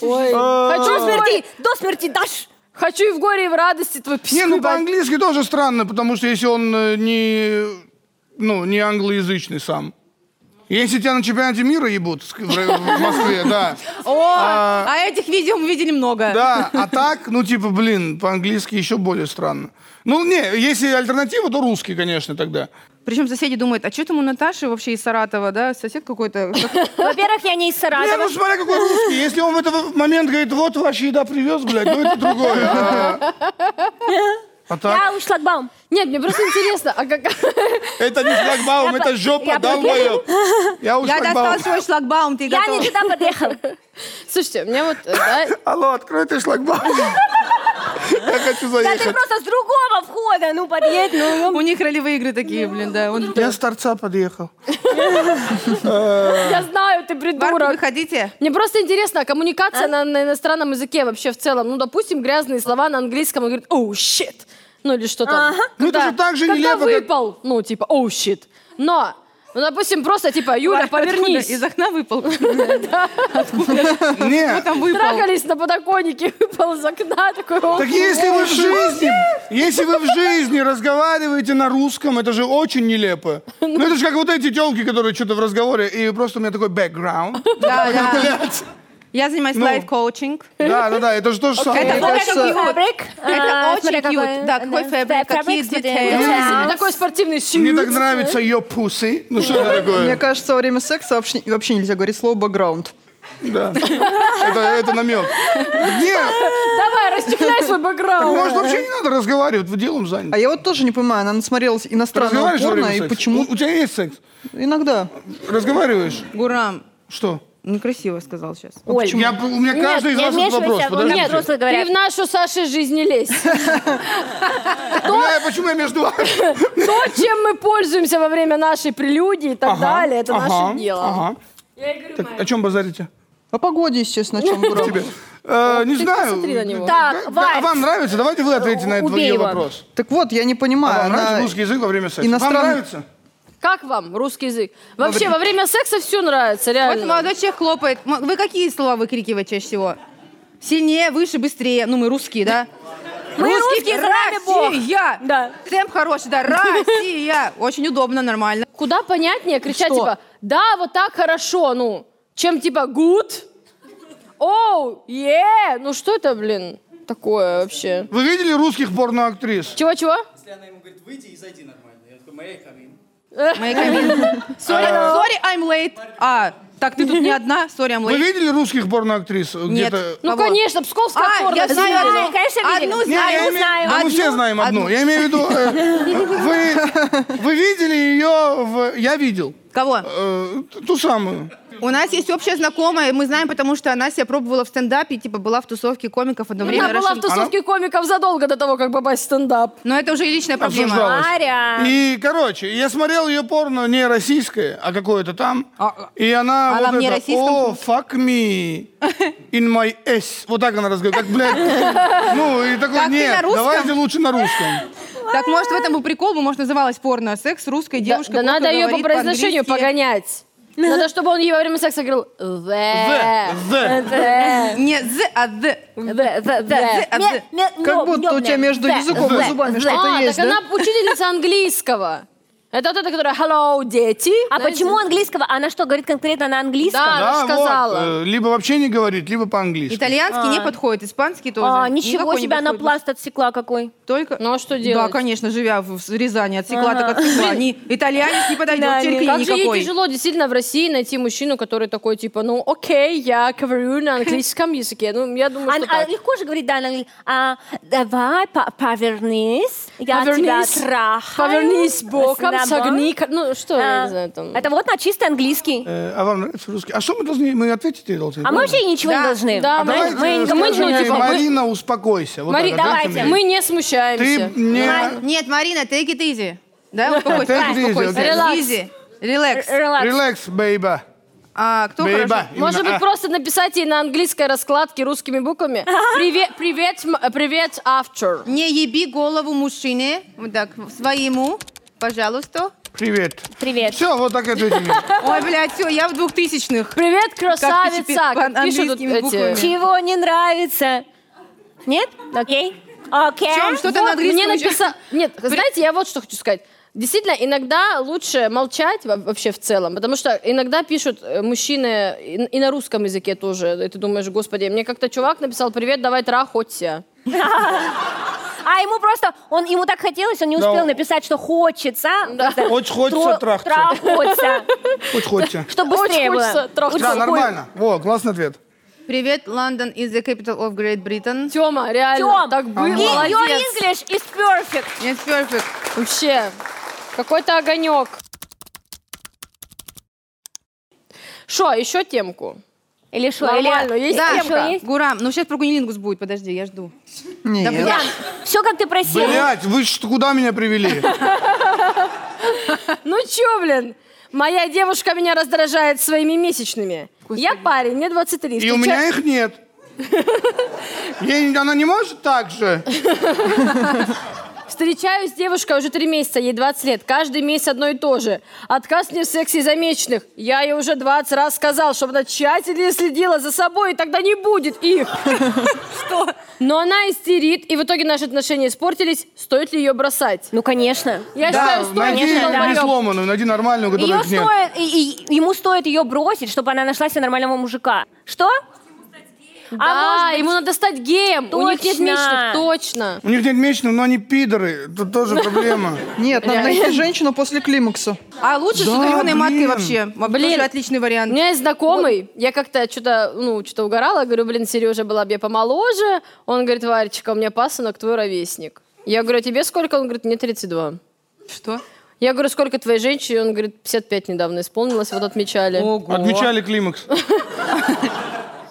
Ой.
А,
Хочу,
До
в горе-
смерти, до смерти дашь.
хочу и в горе, и в радости твой писку.
Не, ну
ебать.
по-английски тоже странно, потому что если он э, не, ну, не англоязычный сам. Если тебя на чемпионате мира ебут ск- в ра- в Москве, да.
О,
А-
а этих видео мы видели много.
Да, а так, ну типа, блин, по-английски еще более странно. Ну, не, если альтернатива, то русский, конечно, тогда.
Причем соседи думают, а что там у Наташи вообще из Саратова, да? Сосед какой-то.
Во-первых, я не из
Не,
Саратова.
ну смотря какой русский. Если он в этот момент говорит, вот ваша еда привез, блядь, ну это другое. А, а так,
Я у шлагбаум.
Нет, мне просто интересно, а как...
это не шлагбаум,
Я
это
по-
жопа,
я по-
долбоеб. Я у
Я достал
шлагбаума.
свой шлагбаум, ты
Я
готов?
не туда подъехал.
Слушайте, у меня вот... э, да,
Алло, открой ты шлагбаум. Я хочу
Да ты
заехать.
просто с другого входа, ну подъедь, ну.
У них ролевые игры такие, блин, да. Он-
Я с торца подъехал. А.
Я знаю, ты
Барт,
придурок.
выходите.
Мне просто интересно, а коммуникация на, на иностранном языке вообще в целом. Ну, допустим, грязные слова на английском, он говорит «оу, щит». Ну, или что там.
Ага.
Ну, это же так же
когда
нелепо, как-
выпал, ну, типа «оу, щит». Но, ну, допустим, просто типа «Юля,
Барт, откуда?
повернись».
Из окна выпал.
Не,
Там выпал.
Трахались на подоконнике, выпал из окна. Такой, «Оу,
так если вы в жизни, если вы в жизни разговариваете на русском, это же очень нелепо. Ну это же как вот эти телки, которые что-то в разговоре, и просто у меня такой бэкграунд.
Да, да.
Блядь.
Я занимаюсь
Ну.
лайф-коучинг.
Да, да, да, это же то же
Это
самое.
вот
кажется-
фабрик.
Э,
Э,
Это очень cute. Да, какой фабрик, какие детали.
Я себе такой спортивный
Мне
щит».
так нравится ее пусы. Ну что это
Мне
такое?
кажется, во время секса вообще, вообще нельзя говорить слово «бэкграунд».
Да. Это, это намек. Нет,
Давай, расстегняй свой бэкграунд.
Может, вообще не надо разговаривать, вы делом
А
заняты.
я вот тоже не понимаю, она насмотрелась иностранного
Разговариваешь во время
порно, и
секса?
почему...
У, у тебя есть секс?
Иногда.
Разговариваешь?
Гурам,
Что?
некрасиво сказал сейчас.
Оль,
Я, у меня
нет,
каждый из
не
вас этот вопрос.
вмешивайся, у меня
Подождите.
Ты
взрослые говорят.
в нашу Саши жизнь не лезь.
Бля, А почему я между вами?
То, чем мы пользуемся во время нашей прелюдии и так далее, это наше дело.
Ага. Так, о чем базарите?
О погоде, естественно, о чем Гурам.
Э, не знаю.
посмотри на него.
Так,
А
Варь,
вам нравится? Давайте вы ответите на этот
Убей
ее
его.
вопрос.
Так вот, я не
А
понимаю,
вам нравится
она...
русский язык во время секса?
иностран-
Вам нравится?
Как вам русский язык? Вообще, во время секса все нравится,
Вот
реально.
молодой человек хлопает. М- Вы какие слова выкрикиваете чаще всего? Сильнее, выше, быстрее. Ну, мы русские, да?
Мы русские, слава Богу.
Россия!
Да.
Темп хороший, да, Россия! Очень удобно, нормально.
Куда понятнее кричать,
Что?
типа, да, вот так хорошо, ну, чем типа good, оу, е, ну что это, блин, такое вообще?
Вы видели русских порноактрис?
Чего-чего?
Если она ему говорит, выйди и зайди нормально. Я такой, may I come in?»
Мои комменты. Sorry, sorry, I'm late. А, так ты тут не одна. Sorry, I'm
Вы
late.
видели русских порноактрис?
Нет.
Где-то...
Ну,
Кого?
конечно, псковская
А,
порно.
я
ты
знаю
видела?
Да, конечно, видели.
Одну
Не, я
знаю.
имею- Да мы
Одну,
все знаем одну.
одну.
Я имею в виду, э, вы, вы видели ее в... Я видел.
Кого?
Э, ту самую.
У нас есть общая знакомая, мы знаем, потому что она себя пробовала в стендапе, типа была в тусовке комиков одно время.
Она была в
Russian-
тусовке комиков задолго до того, как попасть в стендап.
Но это уже личная проблема.
Обсуждалась.
Варя.
И, короче, я смотрел ее порно не российское, а какое-то там.
А-
И она,
Она в
вот это,
нероссийском
о, fuck me in my ass. Вот так она разговаривает, как, блядь. Ну, и такой,
Так ты
нет,
на русском?»
давайте лучше на русском.
Так, может, в этом был прикол, бы, может, называлась порно секс русская девушка.
да, да
плохо
надо ее по
говорит
произношению
по-английски.
погонять. Надо, чтобы он ей во время секса говорил а, «вэ».
«Вэ».
«Вэ».
Не з, а д.
Да, да,
Да,
да.
да.
Мя- мя-
Как
но-
будто у тебя
ёбля.
между
Да,
языком
да,
и зубами
да.
что-то
А,
есть,
так она
да?
учительница английского. Это вот эта, которая «hello, дети».
А
Знаете?
почему английского? Она что, говорит конкретно на
Да,
английском?
она
Да,
же сказала.
вот, э, Либо вообще не говорит, либо по-английски.
Итальянский
А.
не подходит, испанский тоже.
А, ничего
Никакой не
себе, она
подходит.
пласт отсекла какой.
Только...
Ну, а что
Да,
делать?
конечно, живя в в Рязани, отсекла так отсекла. Ни- итальянец не подойдет, теперь
Как же ей
никакой.
тяжело действительно в России найти мужчину, который такой, типа, ну, окей, я говорю на английском языке. Ну, я думаю,
А-
что
а
так.
легко же говорить, да, на английском. А, давай, по- повернись, я
Повернись,
тебя трахаю.
Повернись боком,
Снова.
согни... ко- Ну, что, я
А,
не знаю, там...
Это вот на чистый английский.
Э, А вам нравится русский? А что мы должны? Мы ответить ей должны?
А мы вообще ничего не
Да,
должны.
да,
А
мы-
давайте
мы
скажем
мы, ну,
ей,
типа, мы-
Марина, успокойся. Вот
Мари,
так, ответим
давайте.
ей.
Мы не
Ты
смущаемся.
мне...
Мар- Нет, Марина, take it easy. Да, вот какой
Take it easy,
успокойся.
окей.
Relax.
Easy. Релакс.
Релакс.
Релакс, бейба.
А кто
Бейба.
хорошо?
Именно,
Может быть,
а.
просто написать ей на английской раскладке русскими буквами «Привет, привет, м- привет, after».
Не еби голову мужчине, вот так, своему, пожалуйста.
Привет.
Привет.
Все, вот так и ответим. ей.
Ой, блядь, все, я в двухтысячных.
«Привет,
пишите
красавица», как
по-
пишут
английскими буквами?
эти...
Чего не нравится? Нет? Окей. Окей.
В чем что-то
Вот,
на английском
мне
еще?
написал... Нет, знаете, я вот что хочу сказать. Действительно, иногда лучше молчать во- вообще в целом, потому что иногда пишут э, мужчины и, и на русском языке тоже. И ты думаешь, господи, мне как-то чувак написал «Привет, давай трахоться».
А ему просто, он, ему так хотелось, он не
Да,
успел
он-
написать, что хочется.
Очень хочется
Тро-
трахаться.
трахаться.
Хоть хочется.
Чтобы быстрее
Очень хочется
было.
трахаться.
Да,
Очень-
нормально. Во, классный ответ.
Привет, Лондон is the capital of Great Britain.
Тема, реально,
Тём,
а, так было.
и your
Молодец.
English is perfect.
It's perfect.
Вообще, какой-то огонек. Что, еще темку?
Или что?
Нормально, есть
Да,
темка.
есть?
Гурам, ну сейчас про кунилингус будет, подожди, я жду.
Нет.
Все, как ты просил.
Блять, вы ж куда меня привели?
Ну чё, блин? Моя девушка меня раздражает своими месячными. Я парень, мне 23.
И у меня их нет. Ей- Она не может так же?
Встречаюсь с девушкой уже три месяца, ей 20 лет. Каждый месяц одно и то же. Отказ мне в сексе замеченных. Я ей уже 20 раз сказал, чтобы она тщательнее следила за собой, и тогда не будет их. Что? Но она истерит, и в итоге наши отношения испортились. Стоит ли ее бросать?
Ну, конечно.
Я считаю, стоит.
найди
конечно, да.
не сломанную, найди нормальную, у которой
Ее
их нет.
стоит, и- и ему стоит ее бросить, чтобы она нашла себе нормального мужика. Что?
Да,
А может быть-
ему надо стать геем. У них нет
Точно.
мечтов, точно.
У них нет мечных, но они пидоры. Тут тоже проблема.
Нет, надо найти женщину после климакса.
А лучше
Да,
сутуленые маты
блин.
вообще. Блин.
Блин.
отличный
У
вариант.
меня есть знакомый, я как-то что-то, ну, что-то угорала, говорю, блин, Сережа была бы я помоложе. Он говорит, Варечка, у меня пасынок, твой ровесник. Я говорю, «А тебе сколько? Он говорит, мне 32.
Что?
Я говорю, сколько твоей женщине? Он говорит, 55 недавно исполнилось, вот отмечали.
Ого.
Отмечали климакс.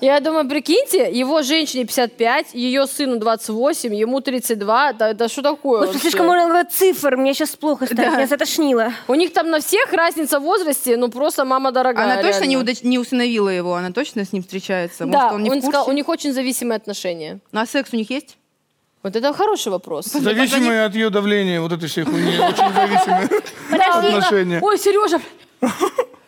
Я думаю, прикиньте, его женщине 55, ее сыну 28, ему 32. Да, да что такое?
Господи,
вообще?
слишком много цифр, мне сейчас плохо стало, меня затошнило.
У них там на всех разница в возрасте, ну просто мама дорогая.
Она точно не,
реально.
удоч- не усыновила его, она точно с ним встречается. Может,
Да,
он не в курсе?
сказал, у них очень зависимые отношения.
Ну, а секс у них есть?
Вот это хороший вопрос.
Зависимые от ее давления, вот этой всей хуйни. Очень зависимые
ну, а,
отношения.
Ой, Сережа,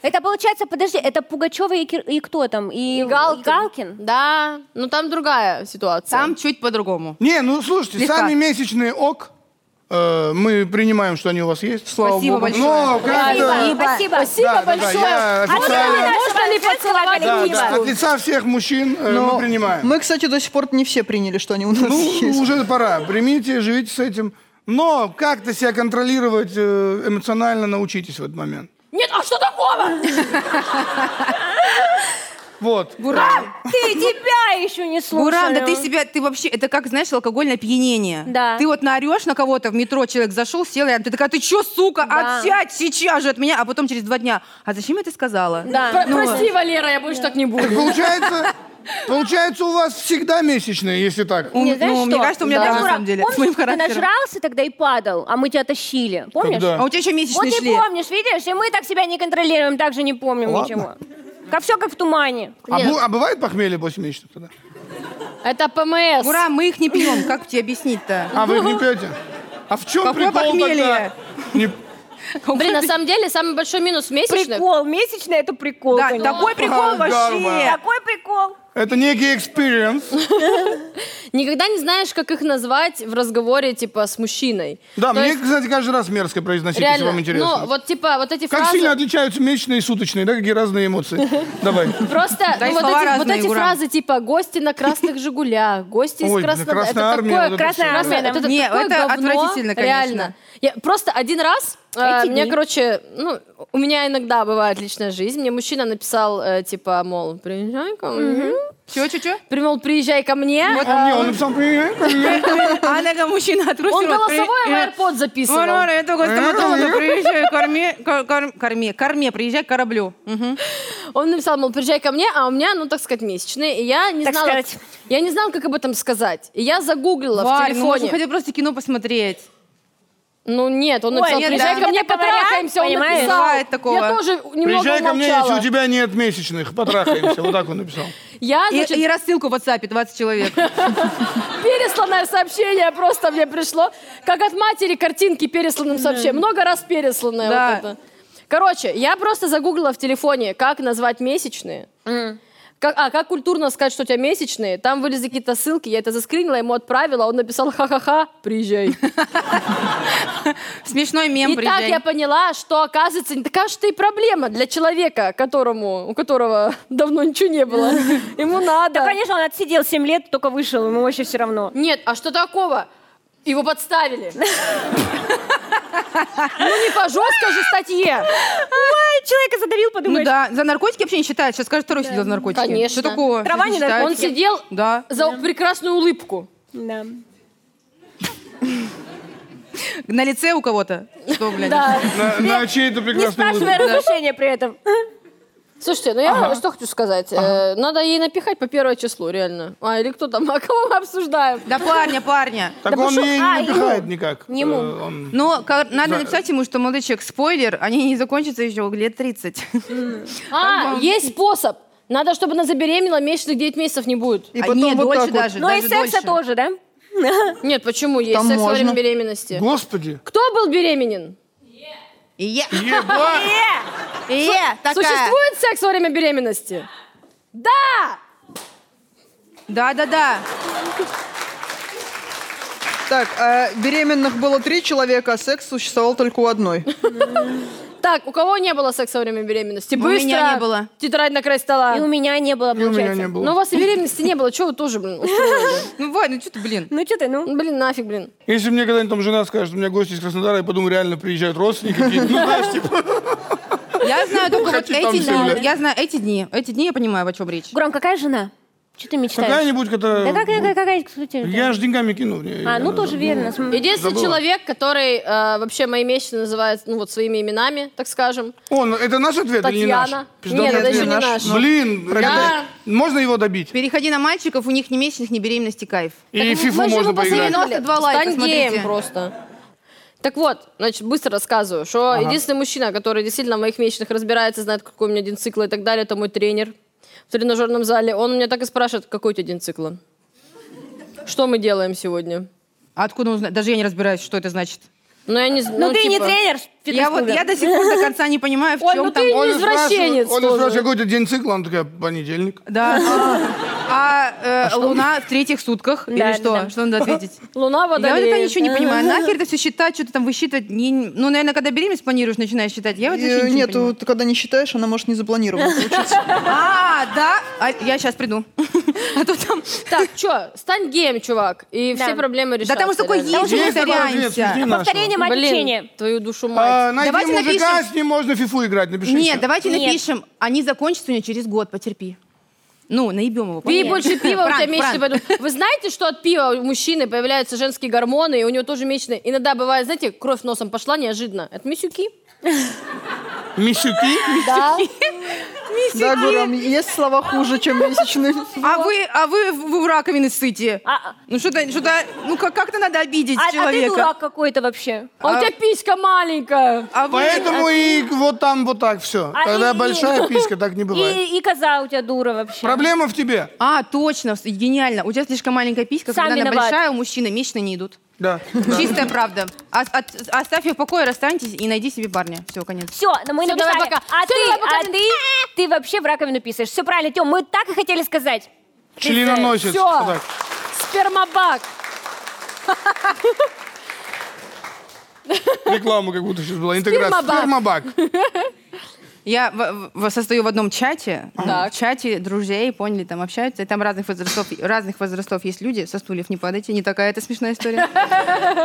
Это получается, подожди, это Пугачева и, Кир- и кто там? И,
Галкин.
и Галкин?
Да, но там другая ситуация.
Там чуть по-другому.
Не, ну слушайте,
Слегка.
сами месячные ок. Э, Мы принимаем, что они у вас есть.
Слава
Спасибо
богу.
большое.
Но как-то...
Спасибо. Спасибо.
Спасибо
Да, да, да,
большое.
я
А можно
официально-
ли- можно ли
Женского
поцеловать
Да,
коллектива.
да,
книжку?
от лица всех мужчин э,
Но
мы принимаем.
Ну, Мы, кстати, до сих пор не все приняли, что они у нас
Ну,
есть.
уже пора. Примите, живите с этим. Но как-то себя контролировать э, эмоционально научитесь в этот момент.
Нет, а что такого?
Вот.
Ты тебя еще не слушала.
Гурам, да ты себя, ты вообще, это как, знаешь, алкогольное опьянение.
Да.
Ты вот наорешь на кого-то, в метро человек зашел, сел рядом, ты такая, ты чё, сука,
Да.
отсядь сейчас же от меня, а потом через два дня, а зачем я это сказала?
А,
Да.
Про-
ну,
Прости, Валера, я больше так не буду.
Так получается, получается, у вас всегда месячные, если так.
У-
Не, знаешь
ну,
что?
мне кажется, у меня
Да.
даже на
Ура,
самом деле.
Помнишь,
с моим
ты
характером.
нажрался тогда и падал, а мы тебя тащили? Помнишь?
Когда?
А у тебя еще
Вот
месячные
не
шли.
помнишь, видишь? И мы так себя не контролируем, так же не помним
Ладно.
ничего. Как все как в тумане.
А,
Нет.
бу- а бывает похмелье после месячных тогда?
Это ПМС.
Гурам, мы их не пьем, как тебе объяснить-то?
А вы
Ну.
их не пьете? А в чем
Какое
прикол
похмелье?
тогда? Не-
Блин, на самом деле, самый большой минус месячных...
Прикол, месячный это прикол.
Да,
конечно.
такой прикол
Ага,
вообще.
Гарма.
Такой прикол.
Это некий экспириенс.
Никогда не знаешь, как их назвать в разговоре, типа, с мужчиной.
Да,
То
мне,
есть,
кстати, каждый раз мерзко произносить, если
реально,
вам
Ну,
интересно.
вот, типа, вот эти
Как
фразы...
сильно отличаются месячные и суточные, да, какие разные эмоции? Давай.
Просто
Да,
ну,
и
вот,
слова
эти, вот
разные,
эти
Гурам.
фразы, типа, гости на красных «Жигулях», гости
Ой,
из
на
красного...
Красной армии
такое
вот это
красное-
всё.
красное-
Да.
это
Не,
такое
это
говно,
отвратительно, конечно.
Реально. Я просто один раз, э,
Эти
мне,
дни.
короче, ну, у меня иногда бывает личная жизнь, мне мужчина написал, э, типа, мол, приезжай ко мне.
Чё, чё, чё?
При- мол, приезжай ко мне.
А
Э,
мне он написал «Привет, привет».
А она мужчина отрусила.
Он
э,
а
голосовой в AirPod записывал.
Я только стоматолога приезжаю, корме, кор- кор- корме, корме, приезжай к кораблю. Мгм.
Он написал, мол, приезжай ко мне, а у меня, ну, так сказать, месячные. И я не
Так
знала,
сказать.
я не знала, как об этом сказать. И я загуглила в
Варь, ну
телефоне.
можно хотя бы просто кино посмотреть.
Ну нет, он
Ой,
написал,
нет,
приезжай
да.
ко мне,
Это говорят,
потрахаемся, он
понимаешь?
написал.
Бывает такого.
Я тоже немного
Приезжай ко мне,
умолчала.
если у тебя нет месячных. Потрахаемся. Вот так он написал.
Я,
И,
значит,
и рассылку в WhatsApp 20 человек.
пересланное сообщение просто мне пришло, как от матери картинки пересланным сообщением. Много раз пересланное
Да.
вот это. Короче, я просто загуглила в телефоне, как назвать месячные. Как, а, как культурно сказать, что у тебя месячные? Там вылезли какие-то ссылки, я это заскринила, ему отправила, он написал «Ха-ха-ха, приезжай».
Смешной мем Ну
И так
приезжай.
я поняла, что оказывается не такая уж ты и проблема для человека, которому, у которого давно ничего не было. Ему
Да,
надо.
конечно, он отсидел 7 лет, только вышел, ему вообще все равно.
Нет, а что такого? Его подставили. Ну не по жесткой же статье.
Ай, человека задавил,
Ну
подумаешь.
да, за наркотики вообще не считают. Сейчас скажут, второй сидел за наркотики.
Конечно.
Что такого?
Трава
Сейчас
не наркотики.
Он
считают.
сидел
Да.
за прекрасную улыбку.
Да.
Ну,
На лице у кого-то? Что, блядь?
Да.
На, на чьей-то
Не
прекрасной
спрашивая
улыбке.
разрешения при этом.
Слушайте, ну я что хочу сказать. Э, Надо ей напихать по первое число, реально. А, или кто там, а кого мы обсуждаем?
Да парня, парня.
Так
Да
он
пошел-
ей
а,
не напихает
ему.
никак.
Не ему.
Э, он-
Но ка- надо
Да.
написать ему, что молодой человек, спойлер, они не закончатся еще лет 30.
А, есть способ. Надо, чтобы она забеременела, месячных 9 месяцев не будет.
И
А
потом
нет,
вот
дольше
так вот.
даже.
Ну и
даже дольше.
секса тоже, да?
Нет, почему? Есть
Там
секс во
можно.
время беременности.
Господи.
Кто был беременен?
И я-
Еба.
и я такая.
Существует секс во время беременности? Да!
Да, да, да.
Так, а беременных было три человека, а секс существовал только у одной.
Так, у кого не было секса во время беременности?
У
Быстро.
меня не было.
Тетрадь на край стола.
И у меня не было,
И у меня
получается.
не было.
Но у вас и беременности не было. Чего вы тоже, блин, устроили?
Ну, Вань, ну что ты, блин?
Ну что ты, ну?
Блин, нафиг, блин.
Если мне когда-нибудь там жена скажет, что у меня гости из Краснодара, я подумаю, реально приезжают родственники. какие-то. Ну, знаешь, типа,
Я знаю только вот
хотите, там
эти
всё,
дни.
блядь.
Я знаю эти дни. Эти дни я понимаю, о чем речь.
Гром, какая жена? Что ты мечтаешь?
какая-нибудь,
Да
которая...
как, какая, какая, кстати,
э, Я же деньгами кину в нее.
А, ну тоже верно. см-
Единственный
Забыла.
человек, который э, вообще мои месячные называет, ну вот своими именами, так скажем.
О, ну, это наш ответ или не наш?
Татьяна.
Пиздатый
Нет, это
ответ.
еще не
наш.
наш.
Блин,
Да.
можно его добить?
Переходи на мальчиков, у них ни месячных, ни беременности кайф.
И в
Мы
фифу
же
можно
его посоветовали.
поиграть.
92 лайка,
Стань
смотрите.
геем просто. Так вот, значит, быстро рассказываю, что единственный мужчина, который действительно в моих месячных разбирается, знает, какой у меня один цикл и так далее, это мой тренер в тренажерном зале. Он меня так и спрашивает, какой у тебя один цикл? Что мы делаем сегодня?
А откуда он знает? Даже я не разбираюсь, что это значит.
Ну, я не знаю.
Ну ты не
типа,
тренер,
Я вот я до сих пор до конца не понимаю, в
Оль,
чем
ну
там.
ты
Он
не извращенец
спрашивает, он спрашивает,
тоже.
какой то день цикла, она такая, понедельник.
Да. А э, Луна в третьих сутках
Да,
или
да,
что?
да.
Что надо ответить?
Луна, вода,
Я вот это ничего не понимаю. Нахер это все считать, что-то там высчитывать? Не- Ну, наверное, когда беременность планируешь, начинаешь считать. Я вот вообще
Э,
ничего не
Нет,
понимаю.
вот когда не считаешь, она может не запланирована получиться.
А, да? А, я сейчас приду. А то там...
Так, что, стань геем, чувак, и
Да.
все проблемы решатся.
Да там уж такой
реально.
есть, не
Есть такой ответ,
повторяемся.
смешнее нашего.
Повторение мать
Блин,
лечения.
твою душу мать.
А, Найди
Давайте
мужика,
напишем.
с ним можно в фифу играть, напишите.
Нет, давайте
Нет.
напишем. Они закончатся у нее через год, потерпи. Ну, наебем его.
Пей
понятно.
больше пива, у тебя
Пранк,
месячные
пранк.
пойдут. Вы знаете, что от пива у мужчины появляются женские гормоны, и у него тоже месячные? Иногда бывает, знаете, кровь носом пошла неожиданно. Это мисюки.
Мисюки?
Да.
Да, Гурам, есть слова хуже, чем месячные.
А вы, а вы, вы в раковины сыте.
А,
Ну что-то, что-то, ну как- как-то надо обидеть
а- а ты
человека.
дурак какой-то вообще.
А у тебя писька маленькая.
А вы-
Поэтому и вот там вот так все.
А
Когда
и-
большая писька, так не бывает.
И, и коза у тебя дура вообще.
Проблема в тебе.
А, точно, с- гениально. У тебя слишком маленькая писька,
Сам
когда она
виноват.
большая, у мужчины месячные не идут.
Да.
Чистая правда. Ос- от- оставь ее в покое, расстаньтесь и найди себе парня. Все, конец.
Все, мы
Всё,
написали.
давай, пока.
А
Всё,
ты,
давай, пока.
а ты, ты вообще в раковину писаешь. Все правильно, Тём, мы так и хотели сказать.
Членоносец.
Всё.
Вот так.
Спермобак.
Реклама как будто сейчас была. Интеграция.
Спермобак.
Спермобак.
Я в- в- состою в одном чате, ну,
Так.
в чате друзей, поняли, там общаются, и там разных возрастов, разных возрастов есть люди, со стульев не падайте, не такая это смешная история.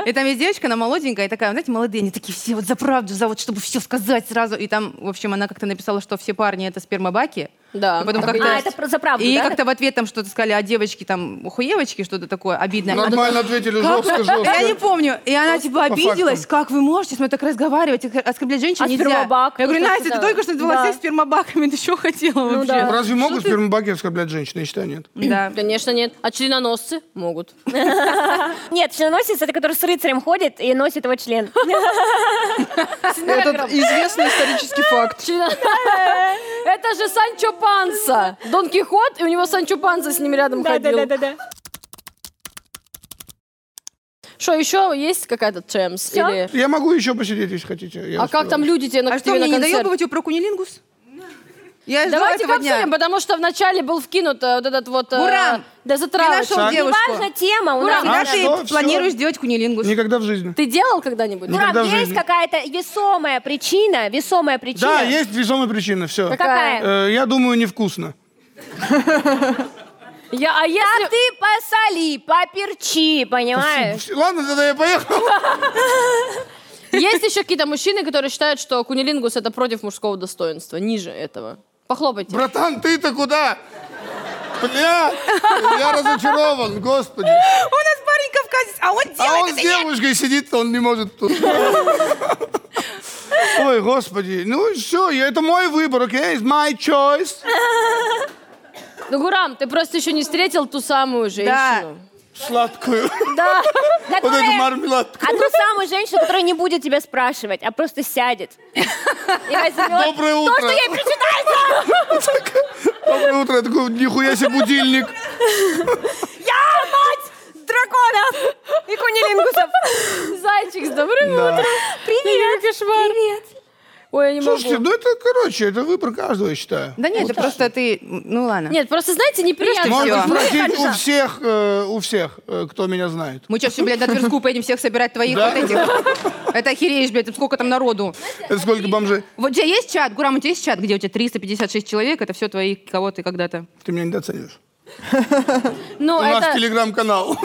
И там есть девочка, она молоденькая, и такая, знаете, молодые, они такие все вот за правду, за вот, чтобы все сказать сразу. И там, в общем, она как-то написала, что все парни это спермобаки.
Да,
И потом
так и
как-то...
А, это про- за правду,
И
да?
как-то в ответ там что-то сказали, а девочки там хуевочки, что-то такое обидное. Она
Нормально ответили жестко,
я не
жестко.
помню. И она типа
по
обиделась. Как вы можете с мной так разговаривать? Ок- Оскорблять женщин
А
нельзя.
спермобак?
Я говорю,
Кто
Настя, ты
сказал?
только что была
Да.
секс с спермобаками. Ты что хотела вообще?
да.
Разве могут спермобаки оскорблять женщины? Я считаю, нет.
Да.
Конечно, нет. А членоносцы могут.
Нет, членоносец это который с рыцарем ходит и носит его член.
Этот известный исторический факт.
Член- Это же Санчо Панса. Дон Кихот, и у него Санчо Панса с ним рядом
Да, да, да,
ходил.
да, да.
Что, еще есть какая-то чемс?
Всё?
Или...
Я могу еще посидеть, если хотите. Я
А как
успеваю.
там люди тебе на,
А
к тебе
что, мне
на
не
концерт?
доебывать ее про кунилингус? Я ждала
Давайте
этого дня.
коксуем, потому что вначале был вкинут э, вот этот вот... э,
Гурам,
дезотравочный.
ты нашел девушку?
Важна тема у нас.
А
Когда ты
что, всё?
планируешь делать кунилингус?
Никогда в жизни.
Ты делал когда-нибудь?
Никогда
Гурам,
в
есть
жизни.
какая-то весомая причина, весомая причина.
Да, есть весомая причина, все.
Какая?
Э, Я думаю, невкусно.
Я, а если...
А ты посоли, поперчи, понимаешь?
Ладно, тогда я поехал.
Есть еще какие-то мужчины, которые считают, что кунилингус это против мужского достоинства, ниже этого. Похлопайте.
Братан, ты-то куда? Бля, я разочарован,
У
господи.
нас парень кавказец, а он делает
А он с
это.
девушкой сидит, он не может тут. Ой, господи, ну все, это мой выбор, окей? It's my choice.
Ну, Гурам, ты просто еще не встретил ту самую женщину.
Сладкую.
Да.
Вот эту
Которая-
мармеладку.
А ту самую женщину, которая не будет тебя спрашивать, а просто сядет. И возьмет
Доброе
то,
утро.
что ей причитается.
Доброе утро, я такой, нихуя себе будильник.
Я мать драконов и кунилингусов.
Зайчик, с добрым
Да.
утром.
Привет. Привет.
Ой, я не
Слушайте,
могу.
ну это, короче, это выбор каждого, я считаю.
Да нет, это просто ты... Ну ладно.
Нет, просто, знаете, неприятно.
Можно
всего.
Мы
спросить у
хотим-
всех, э, у всех, э, кто меня знает.
Мы что, все, блядь, на Тверскую поедем всех собирать твоих
Да.
вот этих? Это охереешь, блядь, там сколько там народу.
Это сколько бомжей?
Вот у тебя есть чат? Гурам, у тебя есть чат, где у тебя 356 человек? Это все твои, кого ты когда-то...
Ты меня недооцениваешь.
Ну,
У нас
это...
телеграм-канал.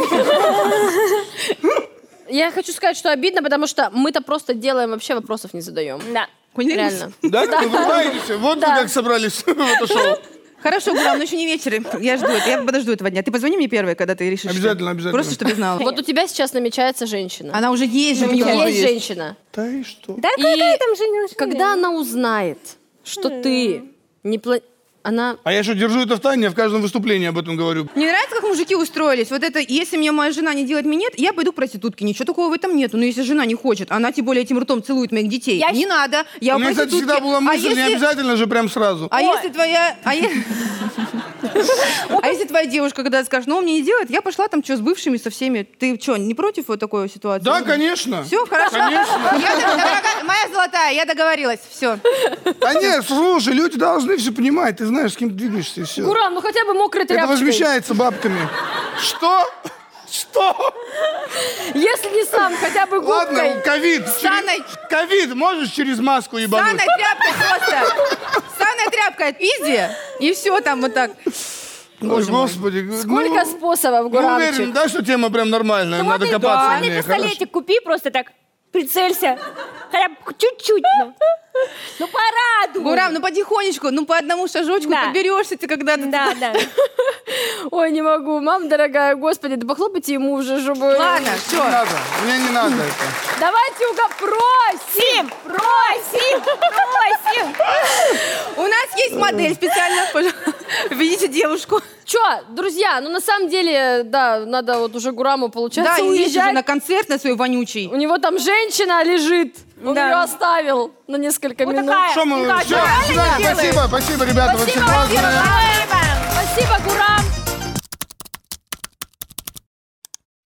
Я хочу сказать, что обидно, потому что мы-то просто делаем, вообще вопросов не задаем.
Да.
Реально.
Да, вы улыбаетесь? Вот вы
Да.
как собрались в это шоу.
Хорошо, Гурам, но еще не вечер. Я жду, это, я подожду этого дня. Ты позвони мне первой, когда ты решишь.
Обязательно, обязательно.
Просто, чтобы знала.
Вот у тебя сейчас намечается женщина.
Она уже есть же
У
в
тебя
него.
есть женщина.
Да и что?
Да,
И
какая там женщина?
Когда
ну.
она узнает, что
Хм.
ты не пла... Она...
А я что, держу это в тайне, я в каждом выступлении об этом говорю.
Мне нравится, как мужики устроились. Вот это, если мне моя жена не делает минет, я пойду к проститутке. Ничего такого в этом нету. Но если жена не хочет, она тем более этим ртом целует моих детей.
Я
Не
щ-
надо. Я
У
у
меня, кстати,
проститутки.
всегда была
а
мысль, не
если-
обязательно же прям сразу.
А если твоя... А, е- а если твоя девушка когда скажет, ну, он мне не делает, я пошла там что, с бывшими, со всеми. Ты что, не против вот такой ситуации?
Да, конечно.
Все, хорошо. Я д- дорогая- моя золотая, я договорилась. Все.
Да А нет, слушай, люди должны все понимать. Ты знаешь, с кем ты двигаешься, и все.
Гурам, ну хотя бы мокрой
Это
тряпочкой.
возмещается бабками. Что? Что?
Если не сам, хотя бы
Ладно, ну,
губкой.
ковид. через-
Саной.
Ковид, можешь через маску ебануть?
Саной тряпкой просто. Саной тряпкой отпизди. И все там вот так.
Ой, господи.
Сколько
ну,
способов,
ну, уверен,
Гурамчик?
да, что тема прям нормальная,
Ну,
надо
вот и
копаться
да.
в ней, хорошо.
пистолетик купи, просто так прицелься. Хотя бы чуть-чуть. Ну, ну порадуй.
Гурам, ну потихонечку, ну по одному шажочку
Да.
подберешься ты когда-то.
Да, да.
Ой, не могу. Мам, дорогая, господи, да похлопайте ему уже, чтобы...
Ладно,
Не
все.
надо, мне не надо это.
Давайте уго... Просим!
Просим, просим.
У нас есть модель специально. пожалуйста. Видите девушку.
Чё, друзья, ну на самом деле, да, надо вот уже Гураму, получается,
Да, и едешь
уезжать.
уже на концерт на свой вонючий.
У него там женщина лежит. Он
Да.
ее оставил на несколько
Вот
минут.
такая.
Что мы,
Никак.
все,
Правильно
спасибо, спасибо, ребята, вы все классные.
Спасибо, Гурам!